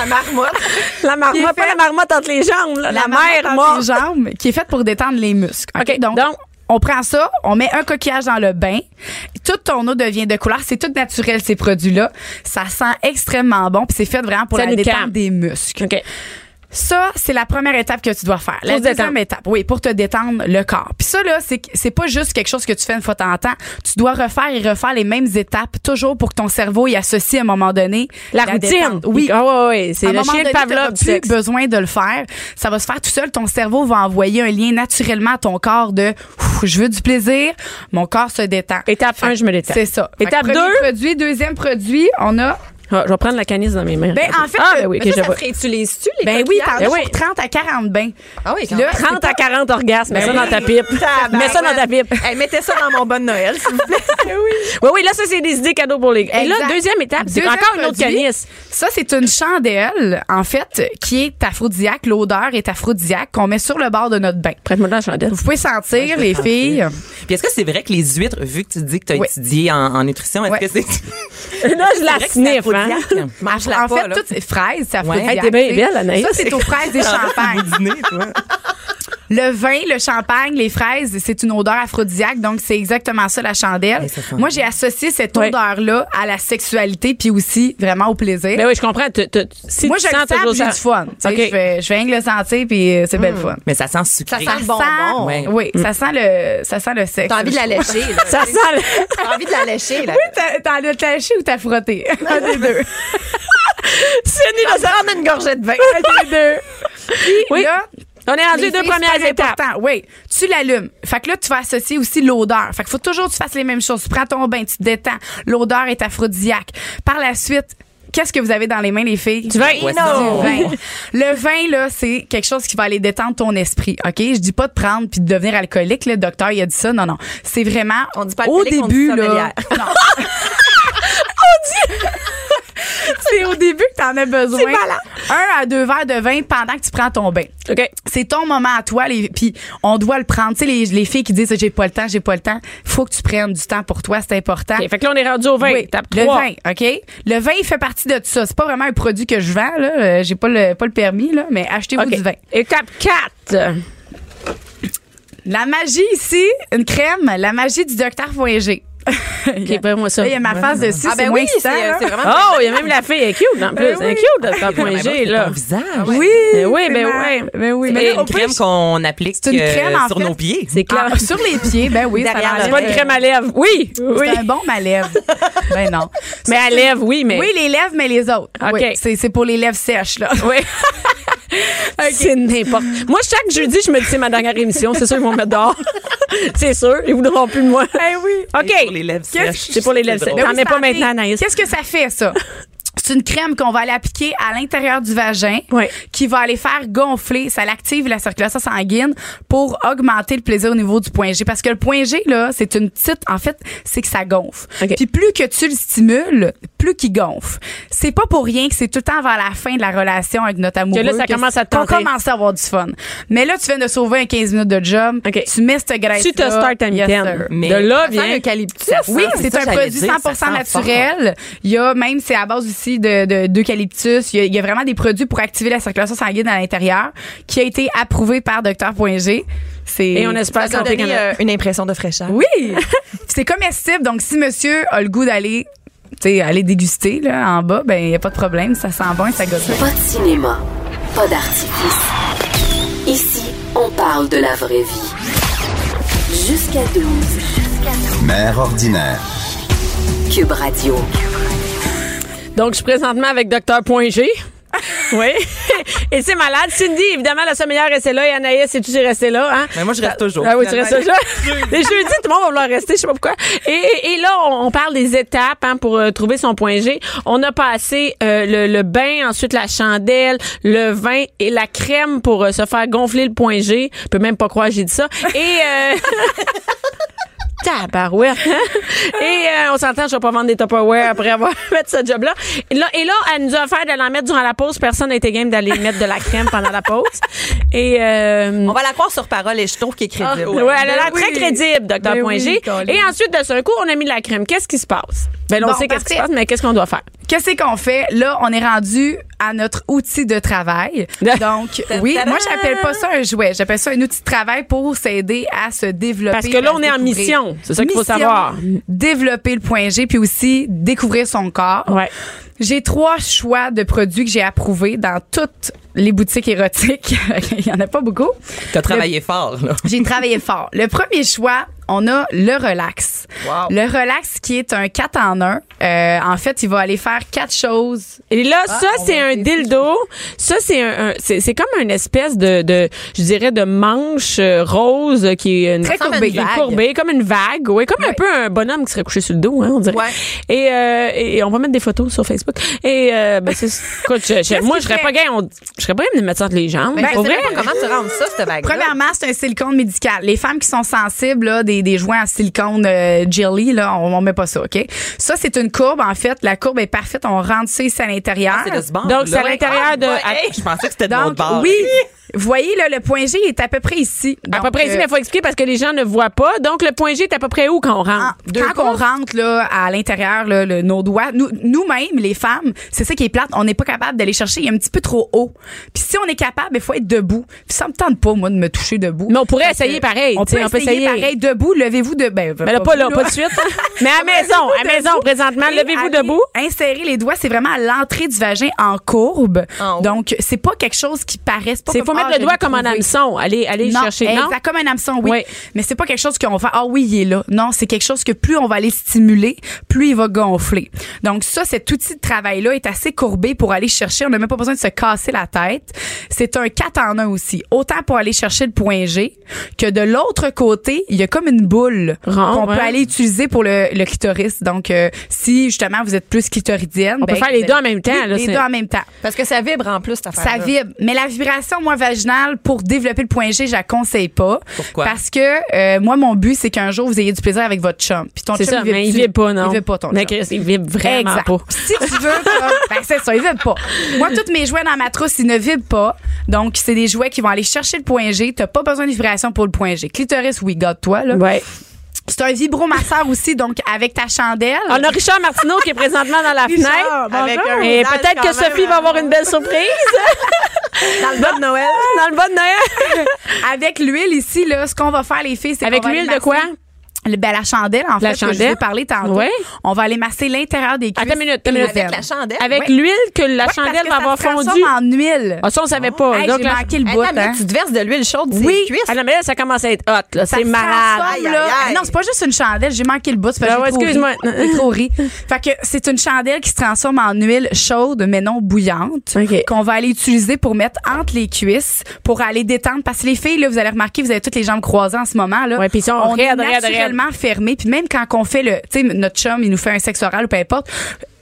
Speaker 5: La marmotte. [LAUGHS]
Speaker 3: la
Speaker 6: Il est
Speaker 3: marmotte, pas
Speaker 6: fait-
Speaker 3: la marmotte entre les jambes, là. La, mère
Speaker 6: marmotte entre
Speaker 3: morte.
Speaker 6: les jambes, qui est faite pour détendre les muscles. OK,
Speaker 3: OK,
Speaker 6: donc,
Speaker 3: donc-
Speaker 6: on prend ça, on met un coquillage dans le bain, toute ton eau devient de couleur, c'est tout naturel ces produits-là, ça sent extrêmement bon, puis c'est fait vraiment pour
Speaker 3: Ça
Speaker 6: la
Speaker 3: nous
Speaker 6: détente
Speaker 3: calme.
Speaker 6: des muscles.
Speaker 3: OK.
Speaker 6: Ça, c'est la première étape que tu dois faire. La
Speaker 3: Pour se
Speaker 6: deuxième
Speaker 3: détendre.
Speaker 6: étape, oui, pour te détendre le corps. Puis ça, là, c'est, c'est pas juste quelque chose que tu fais une fois de temps en temps. Tu dois refaire et refaire les mêmes étapes, toujours pour que ton cerveau y associe à un moment donné.
Speaker 3: La, routine.
Speaker 6: détente. Oui.
Speaker 3: Ah ouais, ouais, c'est
Speaker 6: À un
Speaker 3: le
Speaker 6: moment
Speaker 3: chien de
Speaker 6: donné, t'auras
Speaker 3: Pavlov du
Speaker 6: plus
Speaker 3: sexe.
Speaker 6: besoin de le faire. Ça va se faire tout seul. Ton cerveau va envoyer un lien naturellement à ton corps de Ouf, je veux du plaisir, mon corps se détend.
Speaker 3: Étape
Speaker 6: Fait
Speaker 3: 1,
Speaker 6: que
Speaker 3: je me détends.
Speaker 6: C'est ça. Fait que
Speaker 3: Étape
Speaker 6: premier
Speaker 3: 2.
Speaker 6: produit, deuxième produit, on a.
Speaker 3: Ah, je vais prendre la canisse dans mes mains.
Speaker 6: Ben, en fait,
Speaker 3: ah, ben oui,
Speaker 5: Mais
Speaker 3: que
Speaker 5: ça,
Speaker 3: je
Speaker 5: ça
Speaker 3: vois.
Speaker 5: ferait- tu les tu les
Speaker 6: Ben oui,
Speaker 5: coquillages?
Speaker 6: t'en as
Speaker 3: Ben oui.
Speaker 6: pour 30 à 40 bains.
Speaker 5: Ah oui,
Speaker 6: Puis là,
Speaker 3: 30 à 40 orgasmes. Mets ça
Speaker 6: Ben
Speaker 3: dans
Speaker 6: oui.
Speaker 3: ta pipe. Mets ça dans ta pipe.
Speaker 5: Elle mettait ça dans mon bon Noël, s'il vous plaît. [LAUGHS]
Speaker 3: Oui, oui, là, ça, c'est des idées cadeaux pour les gars. Et là,
Speaker 6: Exact.
Speaker 3: deuxième étape, c'est
Speaker 6: Deuxième
Speaker 3: encore une autre
Speaker 6: produit.
Speaker 3: canisse.
Speaker 6: Ça, c'est une chandelle, en fait, qui est aphrodisiaque. L'odeur est aphrodisiaque qu'on met sur le bord de notre bain.
Speaker 3: Prête-moi de la chandelle.
Speaker 6: Vous pouvez sentir, les filles.
Speaker 4: Puis est-ce que c'est vrai que les huîtres, vu que tu dis que tu as
Speaker 6: Oui.
Speaker 4: étudié en, en nutrition, est-ce
Speaker 6: Ouais.
Speaker 4: que c'est.
Speaker 3: Là, je la
Speaker 4: vrai que c'est
Speaker 3: sniff, hein.
Speaker 4: aphrodisiaque?
Speaker 5: Marche
Speaker 6: en fait, toutes ces fraises, c'est
Speaker 4: Ouais.
Speaker 6: aphrodisiaque.
Speaker 3: Hey, t'es bien
Speaker 6: tu sais.
Speaker 3: belle, Anaïs.
Speaker 6: Ça, c'est aux
Speaker 5: [LAUGHS]
Speaker 6: fraises et champagne.
Speaker 4: dîner, toi.
Speaker 6: Le vin, le champagne, les fraises, c'est une odeur aphrodisiaque, donc c'est exactement ça la chandelle.
Speaker 4: Hey, ça sent
Speaker 6: Moi, j'ai associé cette
Speaker 3: Ouais.
Speaker 6: odeur-là à la sexualité, puis aussi vraiment au plaisir.
Speaker 3: Ben oui, je comprends. Tu- tu- si
Speaker 6: Moi,
Speaker 3: tu
Speaker 6: je le
Speaker 3: sens
Speaker 6: sens, puis
Speaker 3: toujours ça.
Speaker 6: j'ai du fun. Tu sais,
Speaker 3: OK. Mm.
Speaker 6: Je fais, je fais rien que le sentir, puis euh, c'est belle fun.
Speaker 4: Mais ça sent sucré.
Speaker 5: Ça
Speaker 4: [LAUGHS]
Speaker 5: sent bon. bonbon.
Speaker 4: Ouais.
Speaker 6: Oui, ça sent le, ça sent le sexe.
Speaker 5: T'as envie de la lécher. là.
Speaker 3: Ça sent le-
Speaker 5: T'as envie de la lécher. Là.
Speaker 6: T'as- T'en as taché ou
Speaker 5: [LAUGHS]
Speaker 6: t'as frotté? Un des
Speaker 3: [LAUGHS]
Speaker 6: deux.
Speaker 5: Tenez, là, ça rend une gorgée de vin.
Speaker 6: Un des deux.
Speaker 3: Oui.
Speaker 6: Là,
Speaker 3: On est rendu
Speaker 6: les
Speaker 3: deux
Speaker 6: filles, c'est
Speaker 3: premières
Speaker 6: très
Speaker 3: étapes.
Speaker 6: important. Oui. Tu l'allumes. Fait que là, tu vas associer aussi l'odeur. Fait que faut toujours que tu fasses les mêmes choses. Tu prends ton bain, tu te détends. L'odeur est aphrodisiaque. Par la suite, qu'est-ce que vous avez dans les mains, les filles?
Speaker 3: Tu vas
Speaker 4: Voici
Speaker 6: Du
Speaker 4: non.
Speaker 6: vin. Le vin, là, c'est quelque chose qui va aller détendre ton esprit. OK? Je dis pas de prendre puis de devenir alcoolique. Le docteur, il a dit ça. Non, non. C'est vraiment.
Speaker 5: On dit pas
Speaker 6: au
Speaker 5: alcoolique, on dit
Speaker 6: début, là.
Speaker 5: [LAUGHS] sommelière.
Speaker 6: Non. [LAUGHS] on dit. c'est au début que t'en as besoin. Un à deux verres de vin pendant que tu prends ton bain
Speaker 3: OK.
Speaker 6: c'est ton moment à toi les- puis on doit le prendre tu sais les, les filles qui disent j'ai pas le temps j'ai pas le temps faut que tu prennes du temps pour toi c'est important
Speaker 3: OK, Fait que là, on est rendu au 20.
Speaker 6: Oui,
Speaker 3: Étape
Speaker 6: le
Speaker 3: 3.
Speaker 6: vin, OK? Le vin, il fait partie de tout ça. C'est pas vraiment un produit que je vends, là. Euh, J'ai pas le, pas le permis, là, mais achetez-vous
Speaker 3: OK.
Speaker 6: du vin.
Speaker 3: Étape 4.
Speaker 6: La magie ici, une crème, la magie du docteur Voyager.
Speaker 3: OK, prends-moi ça.
Speaker 6: Là, il y a ma face dessus.
Speaker 5: Ah
Speaker 6: c'est
Speaker 5: ben
Speaker 6: moins
Speaker 5: oui, c'est
Speaker 6: excitant, là.
Speaker 5: c'est vraiment...
Speaker 3: Oh, il y a même la fille. Elle est cute, en plus.
Speaker 6: Ben
Speaker 3: Elle est
Speaker 6: oui.
Speaker 3: cute, de
Speaker 6: [LAUGHS]
Speaker 3: faire point G,
Speaker 4: C'est
Speaker 3: là.
Speaker 4: ton visage.
Speaker 6: Oui.
Speaker 3: Ben oui, ben
Speaker 6: vraiment.
Speaker 3: oui.
Speaker 6: Ben oui.
Speaker 4: C'est
Speaker 6: là,
Speaker 4: une
Speaker 6: au pire,
Speaker 4: crème qu'on applique
Speaker 6: C'est une crème,
Speaker 4: euh,
Speaker 6: en
Speaker 4: sur
Speaker 6: fait.
Speaker 4: nos pieds.
Speaker 3: C'est clair.
Speaker 6: Ah, sur les pieds, ben oui, ça
Speaker 5: Derrière
Speaker 6: va
Speaker 5: le
Speaker 3: C'est pas une crème à lèvres. Oui, oui.
Speaker 6: C'est un bon ma lèvre. ben non.
Speaker 3: [LAUGHS] Mais à lèvres, oui, mais.
Speaker 6: Oui, les lèvres, mais les autres.
Speaker 3: OK.
Speaker 6: Oui, c'est, c'est pour les lèvres sèches, là.
Speaker 3: [LAUGHS] Oui.
Speaker 6: [LAUGHS]
Speaker 3: C'est n'importe. Moi, chaque jeudi, je me dis, c'est ma dernière émission. C'est sûr, ils vont me mettre dehors. [LAUGHS] c'est sûr, ils voudront plus de moi.
Speaker 6: Eh oui.
Speaker 3: OK.
Speaker 4: C'est pour les lèvres
Speaker 6: Qu'est-ce-
Speaker 4: sèches.
Speaker 3: Ben C'est pour les lèvres
Speaker 4: drôle.
Speaker 3: sèches. T'en
Speaker 6: oui,
Speaker 3: mets pas
Speaker 6: ça arrive.
Speaker 3: maintenant, Anaïs.
Speaker 6: Qu'est-ce que ça fait, ça? [LAUGHS] C'est une crème qu'on va aller appliquer à l'intérieur du vagin
Speaker 3: Oui.
Speaker 6: qui va aller faire gonfler, ça l'active la circulation sanguine pour augmenter le plaisir au niveau du point G. Parce que le point G, là, c'est une petite, en fait, c'est que ça gonfle.
Speaker 3: OK.
Speaker 6: Puis plus que tu le stimules, plus qu'il gonfle. C'est pas pour rien que c'est tout le temps vers la fin de la relation avec notre amoureux.
Speaker 3: Que là, ça commence à te
Speaker 6: qu'on
Speaker 3: tenter.
Speaker 6: commence à avoir du fun. Mais là, tu viens de sauver un 15 minutes de job.
Speaker 3: OK.
Speaker 6: Tu mets cette graisse
Speaker 3: Tu te start à mi-temps.
Speaker 4: Mais-
Speaker 3: De là
Speaker 5: Ça sent
Speaker 3: vient.
Speaker 5: l'eucalyptus.
Speaker 4: Ça sent-
Speaker 6: oui,
Speaker 4: c'est
Speaker 6: c'est
Speaker 4: ça
Speaker 6: un
Speaker 4: que
Speaker 6: produit
Speaker 4: j'allais dire,
Speaker 6: 100%
Speaker 4: ça sent fort.
Speaker 6: naturel. Il y a même, c'est à base aussi de de- d'eucalyptus. il, y a- il y a vraiment des produits pour activer la circulation sanguine à l'intérieur qui a été approuvé par Docteur.g. C'est
Speaker 3: Et on
Speaker 6: Ben,
Speaker 3: espère
Speaker 5: Ça
Speaker 3: qu'on
Speaker 5: a
Speaker 3: fait
Speaker 5: donné euh, une impression de fraîcheur.
Speaker 6: oui, [LAUGHS] c'est comestible. Donc si Monsieur a le goût d'aller, tu sais, aller déguster là en bas, ben y a pas de problème, ça sent bon et ça goûte.
Speaker 1: Pas de cinéma, pas d'artifice. Ici, on parle de la vraie vie. Jusqu'à 12.
Speaker 2: Mère ordinaire.
Speaker 1: Cube Radio.
Speaker 3: Donc, je suis présentement avec Docteur Point
Speaker 4: [LAUGHS]
Speaker 3: G. oui. [LAUGHS] Et c'est malade. Cindy, évidemment, la sommelière restait là et Anaïs, et tu es restée là. Hein?
Speaker 4: Mais Ben, moi, je reste toujours.
Speaker 3: Ah oui, tu restes [LAUGHS] là. Les jeudis, tout le monde va vouloir rester, je sais pas pourquoi. Et, et- et là, on, on parle des étapes hein, pour euh, trouver son point G. On a passé euh, le, le bain, ensuite la chandelle, le vin et la crème pour [LAUGHS] euh, se faire gonfler le point G. Je peux même pas croire que j'ai dit ça. Et... euh, Tabarouette. [LAUGHS] et euh, on s'entend, je vais pas vendre des Tupperware après avoir [LAUGHS] fait ce job-là. Et là, et là, elle nous a offert de l'en mettre durant la pause. Personne n'était game d'aller mettre de la crème pendant la pause. Et euh,
Speaker 5: On va la croire sur parole et je trouve qu'il est crédible.
Speaker 3: ouais, elle a l'air très crédible, Dr.
Speaker 6: Ben
Speaker 3: Point G.
Speaker 6: oui, Colin.
Speaker 3: et ensuite, de ce coup, on a mis de la crème. Qu'est-ce qui se passe? Ben, là, on
Speaker 6: Bon,
Speaker 3: sait qu'est-ce qui se
Speaker 6: parfait.
Speaker 3: passe, mais qu'est-ce qu'on doit faire?
Speaker 6: Qu'est-ce qu'on fait? Là, on est rendu à notre outil
Speaker 3: [LAUGHS]
Speaker 6: de travail. Donc, oui, moi, j'appelle pas ça un jouet. J'appelle ça un outil de travail pour s'aider à se développer.
Speaker 3: Parce que là,
Speaker 6: à
Speaker 3: on est en
Speaker 6: découvrir.
Speaker 3: mission. C'est ça qu'il faut
Speaker 6: Mission,
Speaker 3: savoir.
Speaker 6: Développer le point G, puis aussi découvrir son corps.
Speaker 3: Ouais.
Speaker 6: J'ai trois choix de produits que j'ai approuvés dans toutes les boutiques érotiques. [LAUGHS] Il y en a pas beaucoup.
Speaker 4: T'as travaillé fort, là.
Speaker 3: [LAUGHS]
Speaker 6: J'ai travaillé fort. Le premier choix, on a le relax.
Speaker 4: Wow.
Speaker 6: Le relax qui est un 4 en 1. en fait, il va aller faire quatre choses
Speaker 3: Et là, ça,
Speaker 6: Ah, on
Speaker 3: c'est
Speaker 6: va
Speaker 3: un
Speaker 6: essayer.
Speaker 3: dildo. Ça, c'est un, un- c'est, c'est comme une espèce de, de, je dirais, de manche euh, rose euh, qui est une,
Speaker 6: Très
Speaker 3: ressemble
Speaker 6: courbée.
Speaker 3: à une
Speaker 6: Une vague.
Speaker 3: courbée, comme une vague. Oui, comme un
Speaker 6: Ouais.
Speaker 3: peu un bonhomme qui serait couché sur le dos, hein, on dirait.
Speaker 5: Ouais.
Speaker 3: Et, euh, et on va mettre des photos sur Facebook. Et, euh, ben, c'est, écoute, je- je- moi,
Speaker 6: qu'il
Speaker 3: je serais
Speaker 6: fait?
Speaker 3: pas gay, on, je serais pas gay de me mettre ça entre les jambes.
Speaker 5: Ben, je
Speaker 3: pour
Speaker 5: sais
Speaker 3: vrai.
Speaker 5: même pas comment tu rends ça, cette bague
Speaker 6: Premièrement, c'est un silicone médical. Les femmes qui sont sensibles, là, des, des joints en silicone euh, jelly, là, on, on met pas ça, OK? Ça, c'est une courbe, en fait. La courbe est parfaite. On rentre ça ici à l'intérieur.
Speaker 4: C'est de ce bord.
Speaker 3: Donc, Ah, c'est à
Speaker 4: là.
Speaker 3: l'intérieur de-
Speaker 4: Ah, ouais, hey, je pensais que c'était de l'autre
Speaker 6: Donc,
Speaker 4: bord.
Speaker 6: oui. Vous voyez, là, le point G est à peu près ici.
Speaker 3: à peu
Speaker 6: Donc,
Speaker 3: près ici,
Speaker 6: euh,
Speaker 3: mais il faut expliquer parce que les gens ne voient pas. Donc, le point G est à peu près où quand on rentre?
Speaker 6: en- Ah, quand on rentre là, à l'intérieur, là, le- nos doigts, nous- nous-mêmes, les femmes, c'est ça qui est plate, on n'est pas capable d'aller chercher, il est un petit peu trop haut. Puis si on est capable, il faut être debout. Puis ça me tente pas, moi, de me toucher debout.
Speaker 3: Mais on pourrait
Speaker 6: Fait
Speaker 3: essayer
Speaker 6: que
Speaker 3: pareil,
Speaker 6: On
Speaker 3: tu sais,
Speaker 6: peut,
Speaker 3: on peut
Speaker 6: essayer,
Speaker 3: essayer.
Speaker 6: pareil, debout, levez-vous de... Ben,
Speaker 3: Mais là, pas là, pas de
Speaker 6: [LAUGHS]
Speaker 3: suite. Mais à maison, à maison, présentement,
Speaker 6: Et
Speaker 3: levez-vous
Speaker 6: aller
Speaker 3: debout.
Speaker 6: Insérer les doigts, c'est vraiment à l'entrée du vagin en courbe.
Speaker 5: En haut.
Speaker 6: Donc, c'est pas quelque chose qui paraît. pas
Speaker 3: Ah C'est
Speaker 6: comme,
Speaker 3: faut mettre le
Speaker 6: ah,
Speaker 3: doigt
Speaker 6: je l'ai
Speaker 3: comme un
Speaker 6: trouvé.
Speaker 3: hameçon. Allez, allez
Speaker 6: Non,
Speaker 3: chercher.
Speaker 6: exact,
Speaker 3: Non?
Speaker 6: comme un hameçon, oui.
Speaker 3: Oui.
Speaker 6: Mais c'est pas quelque chose qu'on va faire, ah oui, il est là. Non, c'est quelque chose que plus on va les stimuler, plus il va gonfler. Donc ça, cet outil de travail-là est assez courbé pour aller chercher. On n'a même pas besoin de se casser la tête. C'est un 4 en 1 aussi. Autant pour aller chercher le point G que de l'autre côté, il y a comme une boule
Speaker 3: Ronde,
Speaker 6: qu'on peut
Speaker 3: ouais.
Speaker 6: aller utiliser pour le, le clitoris. Donc, euh, si justement vous êtes plus clitoridienne... ben,
Speaker 3: On peut faire les deux en même temps,
Speaker 6: Oui,
Speaker 3: là,
Speaker 6: les
Speaker 3: c'est-
Speaker 6: deux en même temps.
Speaker 5: Parce que ça vibre en plus, cette affaire
Speaker 6: Ça vibre. Mais la vibration, moi, vaginale, pour développer le point G, je la conseille pas.
Speaker 4: Pourquoi?
Speaker 6: Parce que, euh, moi, mon but, c'est qu'un jour, vous ayez du plaisir avec votre chum. Puis ton
Speaker 3: C'est
Speaker 6: chum,
Speaker 3: ça,
Speaker 6: il vibre
Speaker 3: mais il
Speaker 6: tu-
Speaker 3: vibre pas, non.
Speaker 6: Il vibre pas, ton
Speaker 3: Mais
Speaker 6: chum.
Speaker 3: Chris, il vibre vraiment
Speaker 6: exact.
Speaker 3: pas.
Speaker 6: [LAUGHS] Si tu veux, comme- ben c'est ça, il vibre pas. Moi, toutes mes jouets dans ma trousse, ils ne vibrent pas. Donc, c'est des jouets qui vont aller chercher le point G. T'as pas besoin de vibration pour le point G. Clitoris, oui, garde-toi, là.
Speaker 3: Ouais.
Speaker 6: C'est un vibromasseur aussi, donc, avec ta chandelle.
Speaker 3: On a Richard Martineau qui est présentement dans la
Speaker 5: Richard,
Speaker 3: fenêtre.
Speaker 5: avec un
Speaker 3: Et
Speaker 5: visage
Speaker 3: peut-être que
Speaker 5: quand même,
Speaker 3: Sophie va
Speaker 5: hein.
Speaker 3: avoir une belle surprise.
Speaker 5: [LAUGHS]
Speaker 3: dans le bon Noël. Dans le bon Noël.
Speaker 6: Avec l'huile ici, là, ce qu'on va faire, les filles, c'est
Speaker 3: Avec
Speaker 6: qu'on va aller
Speaker 3: l'huile de quoi?
Speaker 6: masser- Le- ben, la chandelle, en
Speaker 3: La
Speaker 6: fait, que je
Speaker 3: chandelle.
Speaker 6: vais parler tantôt.
Speaker 3: Ouais.
Speaker 6: On va aller masser l'intérieur des cuisses.
Speaker 3: Attends une minute, attends une
Speaker 6: et
Speaker 3: minute.
Speaker 6: les
Speaker 5: Avec la
Speaker 6: veines.
Speaker 5: chandelle.
Speaker 3: Avec
Speaker 6: Ouais.
Speaker 3: l'huile que la
Speaker 6: Ouais, parce
Speaker 3: chandelle
Speaker 6: que
Speaker 3: va
Speaker 6: ça
Speaker 3: avoir
Speaker 6: se transforme
Speaker 3: fondue.
Speaker 6: en huile.
Speaker 3: Ah, ça, on savait pas.
Speaker 6: Hey,
Speaker 3: Donc,
Speaker 6: j'ai
Speaker 3: là-
Speaker 6: manqué le bout,
Speaker 5: Attends, mais
Speaker 6: hein.
Speaker 5: tu te verses de l'huile chaude, c'est
Speaker 6: Oui.
Speaker 5: cuisse.
Speaker 3: Ah non, mais là, ça commence à être hot, là.
Speaker 6: Ça
Speaker 3: C'est
Speaker 6: se
Speaker 3: malade.
Speaker 6: transforme,
Speaker 5: Aïe,
Speaker 6: là.
Speaker 5: aïe, aïe.
Speaker 6: Non, c'est pas juste une chandelle. J'ai manqué le bout. c'est parce que
Speaker 3: Ah ouais,
Speaker 6: j'ai trop ri.
Speaker 3: excuse-moi.
Speaker 6: J'ai trop
Speaker 3: [LAUGHS]
Speaker 6: ri. Fait que c'est une chandelle qui se transforme en huile chaude, mais non bouillante,
Speaker 3: OK.
Speaker 6: qu'on va aller utiliser pour mettre entre les cuisses, pour aller détendre. Parce que les filles, là, vous allez remarquer, vous avez toutes les jambes croisées en ce moment, là.
Speaker 3: Ouais, puis ils sont
Speaker 6: on est
Speaker 3: raides, raides, raides.
Speaker 6: naturellement fermées. Puis même quand on fait le, tu sais, notre chum, il nous fait un sexe oral ou peu importe.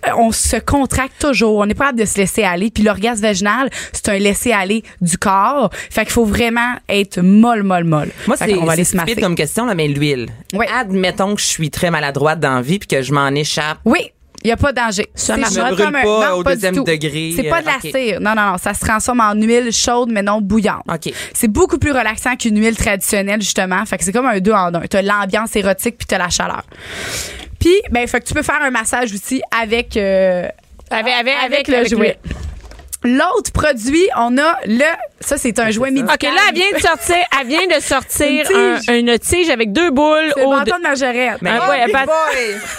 Speaker 6: euh, On se contracte toujours. On n'est pas capable de se laisser aller. Puis l'orgasme vaginal, c'est un laisser aller du corps. Fait qu'il faut vraiment être molle, molle, molle.
Speaker 4: Moi,
Speaker 6: Fait
Speaker 4: c'est
Speaker 6: qu'on va aller
Speaker 4: c'est
Speaker 6: se masser.
Speaker 4: stupide comme question, là, mais l'huile.
Speaker 6: Oui.
Speaker 4: Admettons que je suis très maladroite dans la vie puis que je m'en échappe.
Speaker 6: Oui. Il n'y a pas de danger. Ça
Speaker 4: marche. Me brûle pas au deuxième degré,
Speaker 6: C'est
Speaker 4: euh,
Speaker 6: pas de la
Speaker 4: ok.
Speaker 6: cire. Non, non, non. Ça se transforme en huile chaude, mais non bouillante.
Speaker 4: OK.
Speaker 6: C'est beaucoup plus relaxant qu'une huile traditionnelle, justement. Fait que c'est comme un deux en un. T'as l'ambiance érotique puis t'as la chaleur. Puis, ben, fait que tu peux faire un massage aussi avec, euh,
Speaker 3: Avec, avec, avec, le
Speaker 6: avec
Speaker 3: jouet.
Speaker 6: L'autre produit, on a le. Ça, c'est un jouet médical.
Speaker 3: OK, là, elle vient de sortir, elle vient de sortir
Speaker 6: Une tige.
Speaker 3: un- une tige avec deux boules
Speaker 6: C'est le
Speaker 3: au
Speaker 6: bâton de Margerette.
Speaker 3: Mais- Ah, ouais,
Speaker 6: ben,
Speaker 3: pas-
Speaker 6: [LAUGHS]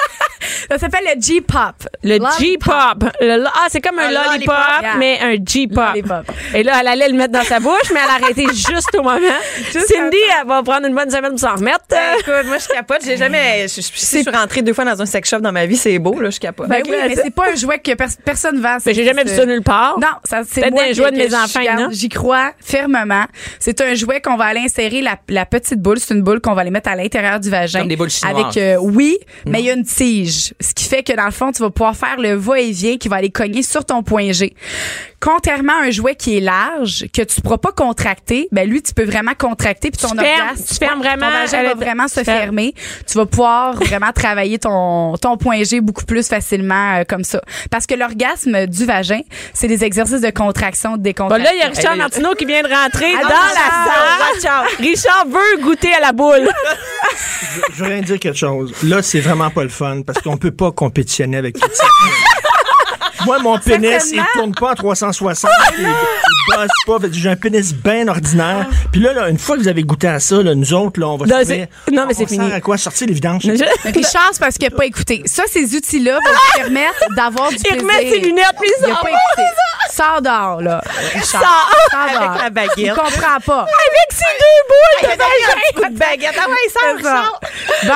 Speaker 6: Ça s'appelle le G-Pop.
Speaker 3: Le
Speaker 6: Love
Speaker 3: G-pop. Le lo- Ah, c'est comme un,
Speaker 5: Un
Speaker 3: lollipop,
Speaker 5: lollipop,
Speaker 6: yeah.
Speaker 3: mais un G-pop.
Speaker 6: Lollipop.
Speaker 3: Et là, elle allait le mettre dans sa bouche, mais elle a
Speaker 6: [LAUGHS]
Speaker 3: arrêté juste au moment. Cindy, elle va prendre une bonne semaine pour s'en remettre.
Speaker 5: Ben, Écoute, moi, je capote. J'ai jamais. Je, je- si je suis rentrée deux fois dans un sex shop dans ma vie, c'est beau, là, je capote.
Speaker 6: Ben
Speaker 3: Fait que
Speaker 6: oui,
Speaker 3: là,
Speaker 6: mais
Speaker 3: ça-
Speaker 6: c'est pas un jouet que pers- personne vend.
Speaker 3: Mais j'ai jamais vu ça nulle part.
Speaker 6: Non, ça c'est
Speaker 3: Peut-être
Speaker 6: moi
Speaker 3: dans les
Speaker 6: que-
Speaker 3: jouets de
Speaker 6: que
Speaker 3: mes
Speaker 6: je
Speaker 3: enfants,
Speaker 6: garde.
Speaker 3: non?
Speaker 6: J'y crois fermement. C'est un jouet qu'on va aller insérer la, la petite boule, c'est une boule qu'on va aller mettre à l'intérieur du vagin.
Speaker 4: Comme des boules chinoises.
Speaker 6: Avec euh, oui, mais il y a une tige. large. Ce qui fait que, dans le fond, tu vas pouvoir faire le va-et-vient qui va aller cogner sur ton point G. Contrairement à un jouet qui est large, que tu ne pourras pas contracter, ben lui, tu peux vraiment contracter puis ton
Speaker 3: Tu fermes,
Speaker 6: orgasme-
Speaker 3: tu fermes vraiment,
Speaker 6: Ton vagin
Speaker 3: elle
Speaker 6: va
Speaker 3: est-
Speaker 6: vraiment se
Speaker 3: tu fermes.
Speaker 6: fermer. Tu
Speaker 3: [LAUGHS]
Speaker 6: vas pouvoir vraiment travailler ton, ton point G beaucoup plus facilement euh, comme ça. Parce que l'orgasme du vagin, c'est des exercices de contraction, de
Speaker 3: Bon,
Speaker 6: décontraction.
Speaker 3: Bah, là, il y a Richard Martineau qui vient de rentrer dans
Speaker 6: Attends,
Speaker 3: la salle. Richard veut goûter à la boule.
Speaker 7: Je voudrais dire quelque chose. Là, c'est vraiment pas le fun parce qu'on peut pas compétitionner avec tout ça. Moi, mon pénis, il
Speaker 6: Certainement.
Speaker 7: tourne pas en 360. il, il bosse pas. Fait que J'ai un pénis bien ordinaire. Puis là, là, une fois que vous avez goûté à ça, là, nous autres, là, on va
Speaker 3: Non,
Speaker 7: se
Speaker 3: c'est-
Speaker 7: dire, Ah,
Speaker 3: non, mais
Speaker 7: on
Speaker 3: c'est fini.
Speaker 7: sert à quoi? Sortir l'évidence.
Speaker 3: Je-
Speaker 6: Mais [LAUGHS]
Speaker 3: [LAUGHS]
Speaker 6: Richard, c'est parce qu'il n'a pas écouté. Ça, ces outils-là vont te permettre d'avoir
Speaker 3: [LAUGHS]
Speaker 6: du
Speaker 3: Il
Speaker 6: plaisir.
Speaker 3: remet ses lunettes, Ah, puis il
Speaker 6: Il a
Speaker 3: s'en
Speaker 6: pas
Speaker 3: va.
Speaker 6: écouté. Sors dehors, là. Richard.
Speaker 3: Sors.
Speaker 6: Sors dehors.
Speaker 4: Avec la baguette.
Speaker 6: Il comprend
Speaker 3: [LAUGHS]
Speaker 6: pas.
Speaker 3: Avec ses deux boules de
Speaker 4: petit coup
Speaker 3: vagin.
Speaker 4: de baguette. Ah ouais, ça,
Speaker 6: C'est ça.
Speaker 4: Richard.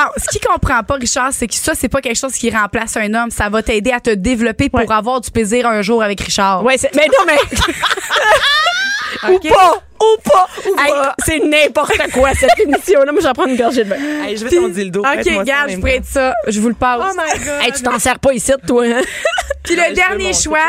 Speaker 6: Bon, ce qu'il comprend pas, Richard, c'est que ça, c'est pas quelque chose qui remplace un homme. Ça va t'aider à te développer pour
Speaker 3: Ouais.
Speaker 6: avoir du plaisir un jour avec Richard.
Speaker 3: Ouais, c'est- mais [LAUGHS] non,
Speaker 6: [LAUGHS]
Speaker 3: mais. Ou pas! Ou pas! Hey, c'est n'importe quoi,
Speaker 6: [LAUGHS]
Speaker 3: cette émission-là. Moi, j'en prends une gorgée de bain.
Speaker 4: Hey, je veux ton dildo.
Speaker 6: OK,
Speaker 4: Prête-moi ça en
Speaker 6: regarde, je
Speaker 4: même
Speaker 6: prête ça. Je vous le passe.
Speaker 4: temps. Oh my God.
Speaker 3: Hey, tu t'en sers pas ici, toi, [LAUGHS] hein?
Speaker 6: Puis
Speaker 4: je
Speaker 6: le
Speaker 4: veux
Speaker 6: dernier
Speaker 4: mon
Speaker 6: choix.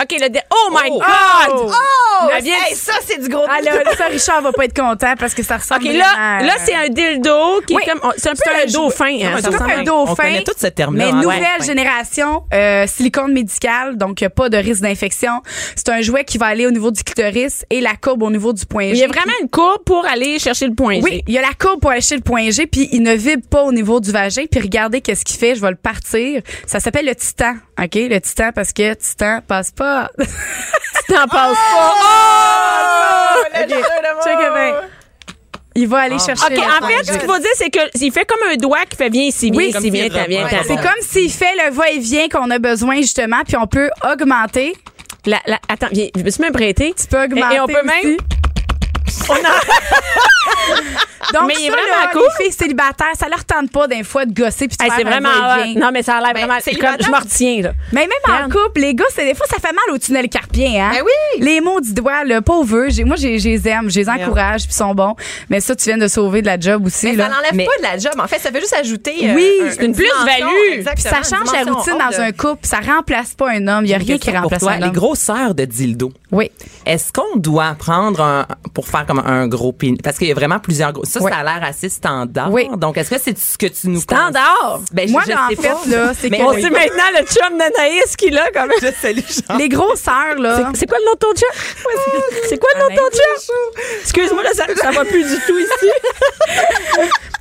Speaker 3: OK, le dé- Oh my
Speaker 4: Oh.
Speaker 3: God!
Speaker 4: Oh!
Speaker 3: La vieille-
Speaker 4: Hey, ça, c'est du gros
Speaker 6: Ah là, ça, Richard va pas être content parce que ça ressemble
Speaker 3: OK, là,
Speaker 6: vraiment-
Speaker 3: là c'est un dildo qui
Speaker 6: Oui.
Speaker 3: est comme. on- C'est un peu
Speaker 6: C'est
Speaker 3: un
Speaker 6: un
Speaker 3: dauphin, hein? ça
Speaker 4: un
Speaker 6: C'est comme
Speaker 3: ressemble à
Speaker 6: un
Speaker 3: un-
Speaker 6: dauphin.
Speaker 4: On connaît tout ce terme-là,
Speaker 6: Mais
Speaker 4: hein,
Speaker 6: nouvelle
Speaker 4: ouais.
Speaker 6: génération, euh, silicone médical, donc y a pas de risque d'infection. C'est un jouet qui va aller au niveau du clitoris et la courbe au niveau du point G.
Speaker 3: Il y a vraiment une courbe pour aller chercher le point G.
Speaker 6: [LAUGHS] Oui, il y a la courbe pour aller chez le point G, puis il ne vibre pas au niveau du vagin. Puis regardez qu'est-ce qu'il fait, je vais le partir. Ça s'appelle le titan, OK? Le titan, parce que titan passe pas. [LAUGHS]
Speaker 3: Tu t'en passes pas. Oh! Ah.
Speaker 6: OK, check it bien. Il va aller chercher
Speaker 3: OK,
Speaker 6: le
Speaker 3: en fait, ce qu'il faut dire, c'est qu'il fait comme un doigt qui fait viens ici, viens
Speaker 6: Oui,
Speaker 3: ici, viens, t'as, viens, t'as.
Speaker 6: C'est comme s'il fait le va-et-vient qu'on a besoin, justement, puis on peut augmenter.
Speaker 3: La- la- attends, viens, je me suis même prêtée.
Speaker 6: Tu peux augmenter.
Speaker 3: Et, et on peut
Speaker 6: aussi.
Speaker 3: même.
Speaker 6: [LAUGHS] Donc,
Speaker 3: Mais il est
Speaker 6: ça,
Speaker 3: vraiment
Speaker 6: là,
Speaker 3: cool.
Speaker 6: Les filles célibataires, ça leur tente pas des fois de gosser puis de
Speaker 3: Hey,
Speaker 6: faire
Speaker 3: c'est
Speaker 6: un
Speaker 3: vraiment.
Speaker 6: va-et-vient.
Speaker 3: Non, mais ça a l'air vraiment.
Speaker 4: c'est
Speaker 3: Comme, je
Speaker 4: évident.
Speaker 3: m'en retiens, là.
Speaker 6: Mais même en
Speaker 3: Regarde.
Speaker 6: couple, les gars, c'est des fois, ça fait mal au tunnel carpien, hein?
Speaker 4: Ben oui!
Speaker 6: Les mots du doigt, le pauvre, j'ai, moi, j'ai, j'ai les aime, je les encourage, puis ils sont bons. Mais ça, tu viens de sauver de la job aussi,
Speaker 4: Mais
Speaker 6: là.
Speaker 4: ça n'enlève
Speaker 3: Mais-
Speaker 4: pas de la job. En fait, ça fait juste ajouter. euh,
Speaker 3: Oui,
Speaker 4: un-
Speaker 3: c'est une
Speaker 4: dimension,
Speaker 3: plus-value.
Speaker 4: exactement,
Speaker 6: Puis
Speaker 4: une
Speaker 6: ça change la
Speaker 4: dimension
Speaker 6: routine
Speaker 4: hors
Speaker 6: dans
Speaker 4: de-
Speaker 6: un couple, ça remplace pas un homme. Il y a rien qui
Speaker 4: Question pour
Speaker 6: remplace
Speaker 4: toi.
Speaker 6: un
Speaker 4: Les
Speaker 6: homme.
Speaker 4: grosseurs de dildo.
Speaker 6: Oui.
Speaker 4: Est-ce qu'on doit prendre un, pour faire comme un gros pénis? Parce qu'il y a vraiment plusieurs gros. Ça,
Speaker 6: Oui.
Speaker 4: ça a l'air assez standard.
Speaker 6: Oui.
Speaker 4: Donc, est-ce que c'est ce que tu nous
Speaker 3: Standard?
Speaker 4: Ben, je-
Speaker 6: Moi,
Speaker 4: je
Speaker 6: en
Speaker 4: sais
Speaker 6: fait,
Speaker 4: pas.
Speaker 6: [LAUGHS] là, c'est
Speaker 4: Mais
Speaker 6: que-
Speaker 4: on
Speaker 3: On
Speaker 4: sait
Speaker 3: sait
Speaker 4: même-
Speaker 3: maintenant le chum d'Anaïs qui l'a, quand même.
Speaker 4: Je salue Jean.
Speaker 6: Les grosseurs, là.
Speaker 3: C'est quoi le nom de ton chum? Oh, C'est quoi le nom de ton chum? Excuse-moi, là, ça, ça va plus du tout ici.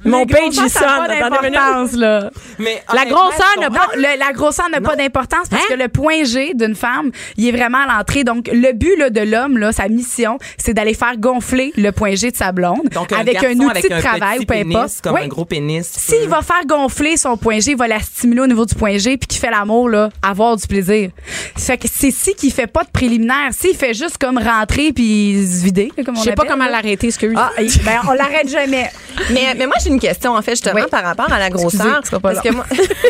Speaker 3: Mon page, il sonne. Attendez une minute.
Speaker 6: d'importance, là.
Speaker 4: Mais
Speaker 3: La
Speaker 4: honnêtement,
Speaker 3: grosseur
Speaker 4: je
Speaker 3: n'a
Speaker 6: Non,
Speaker 4: comprends-
Speaker 6: le- la grosseur n'a pas d'importance parce
Speaker 3: Hein?
Speaker 6: que le point G d'une femme, il est vraiment à l'entrée. Donc, le but là, de l'homme, là, sa mission, c'est d'aller faire gonfler le point G de sa blonde
Speaker 4: Donc, un
Speaker 6: avec un
Speaker 4: garçon
Speaker 6: outil
Speaker 4: avec
Speaker 6: de
Speaker 4: un
Speaker 6: travail
Speaker 4: petit
Speaker 6: ou peu
Speaker 4: pénis,
Speaker 6: importe.
Speaker 4: Comme
Speaker 6: Oui.
Speaker 4: un gros pénis. tu peux-
Speaker 6: S'il va faire gonfler son point G, il va la stimuler au niveau du point G, puis qui fait l'amour, là, avoir du plaisir. Fait que c'est si qui fait pas de préliminaire, s'il fait juste comme rentrer puis se vider, là, comme on
Speaker 3: Je sais pas
Speaker 6: appelle,
Speaker 3: comment
Speaker 6: là.
Speaker 3: l'arrêter, excuse.
Speaker 6: Ah, il- ben, on l'arrête jamais.
Speaker 5: Mais, mais moi, j'ai une question, en fait, justement,
Speaker 6: Oui.
Speaker 5: par rapport à la grosseur.
Speaker 6: ce sera pas
Speaker 5: parce que moi, [LAUGHS]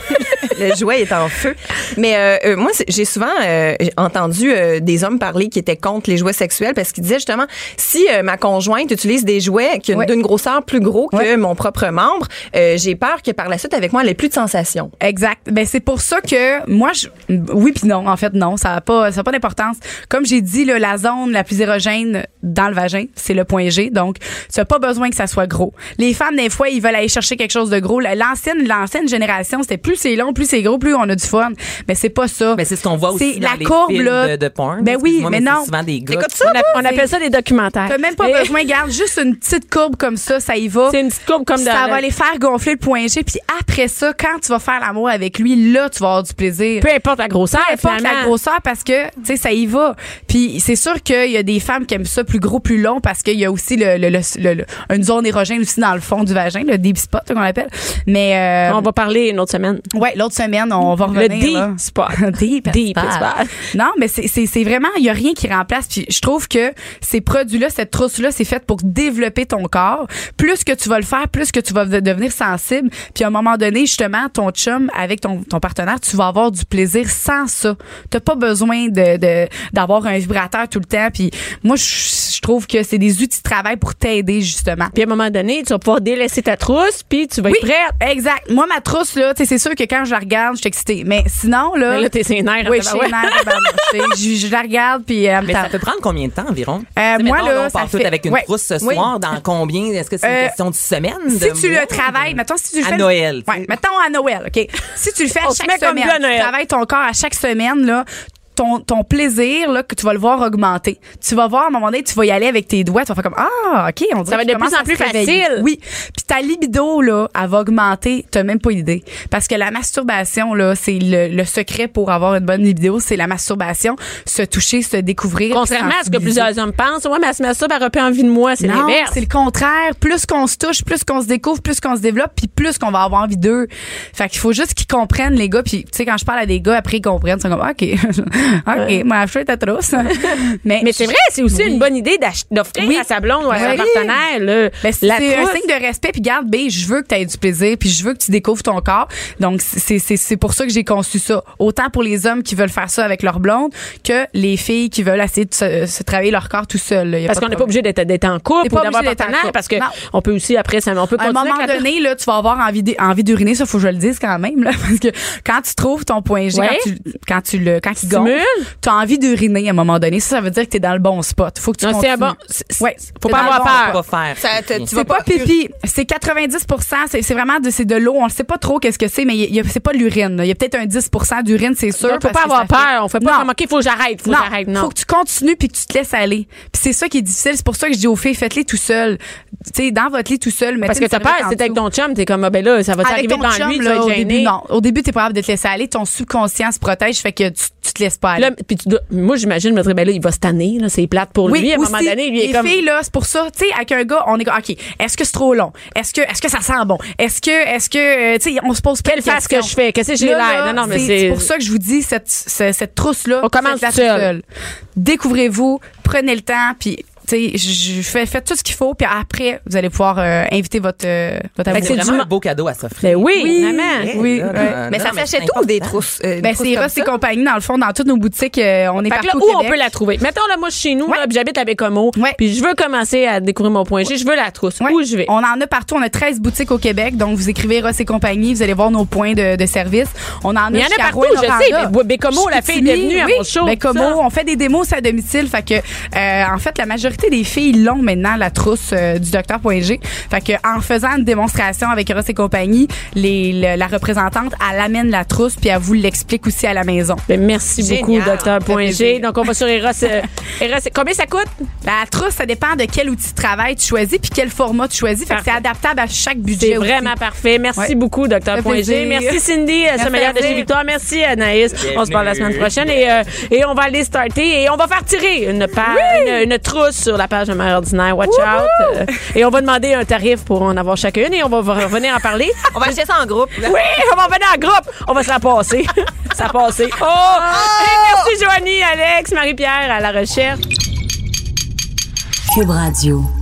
Speaker 5: le jouet est en feu. Mais euh, euh, moi, c'est- j'ai souvent euh, entendu euh, des hommes parler qui étaient contre les jouets sexuels parce qu'ils disaient justement si euh, ma conjointe utilise des jouets qui ont
Speaker 6: Oui.
Speaker 5: d'une grosseur plus gros que
Speaker 6: Oui.
Speaker 5: mon propre membre, euh, j'ai peur que par la suite, avec moi, elle ait plus de sensations.
Speaker 6: Exact. Ben c'est pour ça que moi je oui puis non en fait non, ça a pas ça a pas d'importance. Comme j'ai dit là, la zone la plus érogène dans le vagin, c'est le point G. Donc, tu n'as pas besoin que ça soit gros. Les femmes des fois, ils veulent aller chercher quelque chose de gros. La- L'ancienne l'ancienne génération, c'était plus c'est long, plus c'est gros, plus on a du fun. Mais c'est pas ça.
Speaker 4: Mais ben, c'est ce qu'on voit aussi
Speaker 6: C'est
Speaker 4: dans
Speaker 6: la
Speaker 4: les
Speaker 6: courbe
Speaker 4: films
Speaker 6: là.
Speaker 4: de- de porn,
Speaker 6: Ben oui,
Speaker 4: excuse-moi,
Speaker 6: mais,
Speaker 4: mais c'est
Speaker 6: non.
Speaker 4: souvent des gars
Speaker 6: T'écoutes
Speaker 4: qui-
Speaker 6: ça,
Speaker 3: on, a- on
Speaker 6: toi?
Speaker 3: appelle ça des documentaires.
Speaker 6: T'as même pas
Speaker 3: Et
Speaker 6: besoin, garde juste une petite courbe comme ça, ça y va.
Speaker 3: C'est une petite courbe comme dans
Speaker 6: Ça
Speaker 3: le-
Speaker 6: va les faire gonfler le point G, puis après ça, quand tu vas faire l'amour avec lui, là, tu vas avoir du plaisir.
Speaker 3: Peu importe la grosseur,
Speaker 6: Peu importe
Speaker 3: finalement.
Speaker 6: la grosseur parce que tu sais ça y va. Puis c'est sûr qu'il y a des femmes qui aiment ça plus gros, plus long parce qu'il y a aussi le, le- le- le- le- une zone érogène aussi dans le fond du vagin, le deep spot là, qu'on appelle. Mais euh,
Speaker 3: On va parler une autre semaine.
Speaker 6: ouais, l'autre semaine on va
Speaker 3: Le
Speaker 6: revenir. là.
Speaker 3: D spot.
Speaker 6: [LAUGHS] Deep,
Speaker 3: Deep
Speaker 6: spot.
Speaker 3: spot.
Speaker 6: Non, mais c'est- c'est c'est vraiment, il y a rien qui remplace. Puis je trouve que ces produits-là, cette trousse-là, c'est faite pour développer ton corps. Plus que tu vas le faire, plus que tu vas de- devenir sensible. Puis à un moment donné, justement, ton chum avec ton, ton partenaire, tu vas avoir du plaisir sans ça. T'as pas besoin de de- d'avoir un vibrateur tout le temps. Puis moi, je je trouve que c'est des outils de travail pour t'aider justement.
Speaker 3: Puis à un moment donné, tu vas vas pouvoir délaisser ta trousse, puis tu vas être prête.
Speaker 6: Exact. Moi, ma trousse, là, tu sais, c'est sûr que quand je la regarde, je suis excitée. Mais sinon, là.
Speaker 3: Mais là, t'es ses nerfs,
Speaker 6: Oui,
Speaker 3: hein,
Speaker 6: je suis
Speaker 3: ouais.
Speaker 6: ses nerfs, tabarnouche. Tu sais, je, je la regarde, puis euh, elle me
Speaker 4: Mais ça
Speaker 6: tente.
Speaker 4: peut prendre combien de temps environ?
Speaker 6: Euh,
Speaker 4: Tu sais,
Speaker 6: moi, là,
Speaker 4: on
Speaker 6: ça
Speaker 4: part tout
Speaker 6: fait-
Speaker 4: avec une
Speaker 6: ouais.
Speaker 4: trousse ce
Speaker 6: Oui.
Speaker 4: soir. Dans combien? Est-ce que c'est une
Speaker 6: Euh,
Speaker 4: question de semaine?
Speaker 6: Si
Speaker 4: de
Speaker 6: tu
Speaker 4: mois?
Speaker 6: le travailles, mettons, si tu le
Speaker 4: À
Speaker 6: fais.
Speaker 4: Noël, tu
Speaker 6: Ouais,
Speaker 4: sais.
Speaker 6: mettons à Noël, OK? Si tu le fais à
Speaker 3: On se
Speaker 6: chaque
Speaker 3: met comme
Speaker 6: semaine,
Speaker 3: nous à Noël.
Speaker 6: tu travailles ton corps à chaque semaine, là. Ton, ton plaisir, là, que tu vas le voir augmenter. Tu vas voir, à un moment donné, tu vas y aller avec tes doigts, tu vas faire comme, ah, OK, on dirait
Speaker 3: va être
Speaker 6: que
Speaker 3: de
Speaker 6: je commence
Speaker 3: plus en
Speaker 6: à se
Speaker 3: plus
Speaker 6: réveiller.
Speaker 3: facile.
Speaker 6: Oui. Puis ta libido, là, elle va augmenter, t'as même pas idée. Parce que la masturbation, là, c'est le, le secret pour avoir une bonne libido, c'est la masturbation, se toucher, se découvrir. puis
Speaker 3: Contrairement à ce que
Speaker 6: sensibiliser.
Speaker 3: plusieurs hommes pensent, ouais, mais elle se met ça, elle aurait plus envie de moi. C'est
Speaker 6: Non,
Speaker 3: l'inverse.
Speaker 6: C'est le contraire. Plus qu'on se touche, plus qu'on se découvre, plus qu'on se développe, puis plus qu'on va avoir envie d'eux. Fait qu'il faut juste qu'ils comprennent, les gars. Puis, tu sais, quand je parle à des gars, après, ils comprennent. Ils sont comme, OK, [LAUGHS] OK, moi, je suis
Speaker 3: [LAUGHS]
Speaker 6: ta trousse. Mais,
Speaker 3: Mais c'est vrai, c'est aussi
Speaker 6: Oui.
Speaker 3: une bonne idée d'ach- d'offrir
Speaker 6: Oui.
Speaker 3: à sa blonde ou à son
Speaker 6: Oui.
Speaker 3: partenaire là,
Speaker 6: Ben, c'est
Speaker 3: la
Speaker 6: un
Speaker 3: trousse.
Speaker 6: signe de respect. Puis garde, B, je veux que tu aies du plaisir, puis je veux que tu découvres ton corps. Donc, c'est- c'est c'est pour ça que j'ai conçu ça. Autant pour les hommes qui veulent faire ça avec leur blonde que les filles qui veulent essayer de se, se travailler leur corps tout seul. là. Y a
Speaker 3: Parce
Speaker 6: de
Speaker 3: qu'on n'est pas
Speaker 6: problème.
Speaker 3: obligé d'être d'être en couple
Speaker 6: T'es
Speaker 3: ou
Speaker 6: pas
Speaker 3: d'avoir un
Speaker 6: obligé d'être en
Speaker 3: partenaire
Speaker 6: couple.
Speaker 3: parce que
Speaker 6: Non.
Speaker 3: on peut aussi après ça, mais on peut
Speaker 6: à un
Speaker 3: continuer
Speaker 6: moment
Speaker 3: avec la-
Speaker 6: donné, là, tu vas avoir envie d'é- envie d'uriner. Ça, faut que je le dise quand même, là, [LAUGHS] parce que quand tu trouves ton point G,
Speaker 3: Ouais.
Speaker 6: quand tu, quand tu le, quand il gonfle,
Speaker 3: Stimule.
Speaker 6: tu as envie d'uriner à un moment donné. Ça, ça veut dire que tu es dans le bon spot. Faut que tu
Speaker 3: Non, c'est un
Speaker 6: continues.
Speaker 3: bon- c'est-
Speaker 6: Ouais.
Speaker 3: faut
Speaker 6: T'es
Speaker 3: pas
Speaker 6: dans le
Speaker 3: avoir
Speaker 6: bon
Speaker 3: peur.
Speaker 4: On va faire.
Speaker 5: Ça te-
Speaker 6: c'est pas pipi, c'est 90 c'est c'est vraiment de c'est de l'eau, on ne sait pas trop qu'est-ce que c'est mais il y a- c'est pas de l'urine, là. il y a peut-être un 10 d'urine, c'est sûr.
Speaker 3: Donc, faut
Speaker 6: parce
Speaker 3: pas
Speaker 6: que
Speaker 3: avoir
Speaker 6: ça fait-
Speaker 3: peur. On fait pas
Speaker 6: Non.
Speaker 3: comme, OK, faut que j'arrête, faut que j'arrête. Non.
Speaker 6: Faut que tu continues puis que tu te laisses aller. Puis c'est ça qui est difficile, c'est pour ça que je dis aux filles faites-les tout seul. Tu sais dans votre lit tout seul,
Speaker 3: Parce que
Speaker 6: mettez
Speaker 3: t'as
Speaker 6: une
Speaker 3: peur,
Speaker 6: serviette en
Speaker 3: c'est avec
Speaker 6: dessous.
Speaker 3: ton chum, t'es comme, ah, ben là, ça va
Speaker 6: Avec
Speaker 3: t'arriver
Speaker 6: ton
Speaker 3: devant
Speaker 6: chum,
Speaker 3: lui, tu
Speaker 6: là,
Speaker 3: vas être
Speaker 6: au
Speaker 3: gêné.
Speaker 6: début, non. Au début, t'es pas capable de te laisser aller. Ton subconscient se protège, fait que tu, tu te laisses pas aller.
Speaker 3: Là, puis tu dois- moi, j'imagine, je me dirais, ben là, il va se tanner, là, c'est plate pour lui. À un moment
Speaker 6: aussi,
Speaker 3: donné, lui il est
Speaker 6: les
Speaker 3: comme.
Speaker 6: filles là, c'est pour ça, tu sais, avec un gars, on est comme, ok, est-ce que c'est trop long Est-ce que, est-ce que ça sent bon Est-ce que, est-ce que, euh, tu sais, on se pose
Speaker 3: Quelle face que je fais? Qu'est-ce que j'ai l'air? Non, non, mais c'est-
Speaker 6: pour ça que je vous dis cette ce- cette trousse là.
Speaker 3: On commence seul.
Speaker 6: Découvrez-vous, prenez le temps, puis. tu sais, je je fais faites tout ce qu'il faut, puis après, vous allez pouvoir euh, inviter votre, euh, votre
Speaker 3: Fait que
Speaker 6: amoureux.
Speaker 3: Ben, c'est
Speaker 4: C'est
Speaker 3: du
Speaker 4: vraiment
Speaker 3: ma-
Speaker 4: un beau cadeau à s'offrir.
Speaker 3: Ben oui,
Speaker 6: Oui.
Speaker 3: vraiment.
Speaker 6: Oui,
Speaker 4: là,
Speaker 6: ouais.
Speaker 4: là,
Speaker 5: Hein? Mais
Speaker 4: Ah non,
Speaker 5: ça
Speaker 4: c'est
Speaker 5: s'achète où
Speaker 4: important.
Speaker 5: des trousses? euh, des
Speaker 6: Ben,
Speaker 5: trousses
Speaker 6: c'est
Speaker 5: comme
Speaker 6: Ross et
Speaker 5: ça?
Speaker 6: compagnie, dans le fond, dans toutes nos boutiques. euh, on est
Speaker 3: Fait que
Speaker 6: partout
Speaker 3: là,
Speaker 6: au
Speaker 3: où on
Speaker 6: Québec.
Speaker 3: peut la trouver? Mettons, là, moi, je suis chez nous,
Speaker 6: Ouais.
Speaker 3: là, puis j'habite à Bécomo,
Speaker 6: Ouais.
Speaker 3: puis je veux commencer à découvrir mon point G, je veux la trousse.
Speaker 6: Ouais.
Speaker 3: Où je vais?
Speaker 6: On en a partout. On a 13 boutiques au Québec. Donc, vous écrivez Ross et compagnie. Vous allez voir nos points de, de service. On en a
Speaker 3: Mais il y en a
Speaker 6: jusqu'à
Speaker 3: partout,
Speaker 6: Rouen,
Speaker 3: je
Speaker 6: Noranda.
Speaker 3: sais. Mais Bécomo, la fille est
Speaker 6: Chicoutimi,
Speaker 3: venue à
Speaker 6: oui.
Speaker 3: mon show,
Speaker 6: Bécomo,
Speaker 3: tout ça.
Speaker 6: on fait des démos à domicile. Fait que, euh, en fait, la majorité des filles l'ont maintenant, la trousse euh, du docteur G. Fait que, en faisant une démonstration avec Ross et compagnie, les, le- la représentante, elle amène la trousse puis elle vous l'explique aussi à la maison.
Speaker 3: Ben, merci
Speaker 5: Génial.
Speaker 3: beaucoup, docteur Point G.
Speaker 6: plaisir.
Speaker 3: Donc, on va sur Eros. euh, Eros- combien ça coûte?
Speaker 6: La Ben, trousse, ça dépend de quel outil de travail tu choisis puis quel format tu choisis. Fait que c'est adaptable à chaque budget.
Speaker 3: C'est
Speaker 6: aussi.
Speaker 3: vraiment parfait. Merci
Speaker 6: Ouais.
Speaker 3: beaucoup, docteur
Speaker 6: Ça fait
Speaker 3: Point G.
Speaker 6: plaisir.
Speaker 3: Merci, Cindy, euh,
Speaker 6: Merci,
Speaker 3: sommelière de chez
Speaker 6: plaisir.
Speaker 3: Victoire. Merci, Anaïs. On se parle la semaine
Speaker 4: Bienvenue.
Speaker 3: prochaine et, euh, et on va aller starter et on va faire tirer une, pa- une, une trousse sur la page de Mère Ordinaire. Watch out. Euh, et on va demander un tarif pour en avoir chacune et on va v- revenir en
Speaker 6: [LAUGHS]
Speaker 3: parler.
Speaker 5: On va acheter ça en groupe. [LAUGHS] là.
Speaker 3: Oui, on va venir en groupe. On va se la passer. [LAUGHS] ça a passé. Oh! Et merci, Joanie, Alex, Marie-Pierre à la recherche.
Speaker 1: Cube Radio.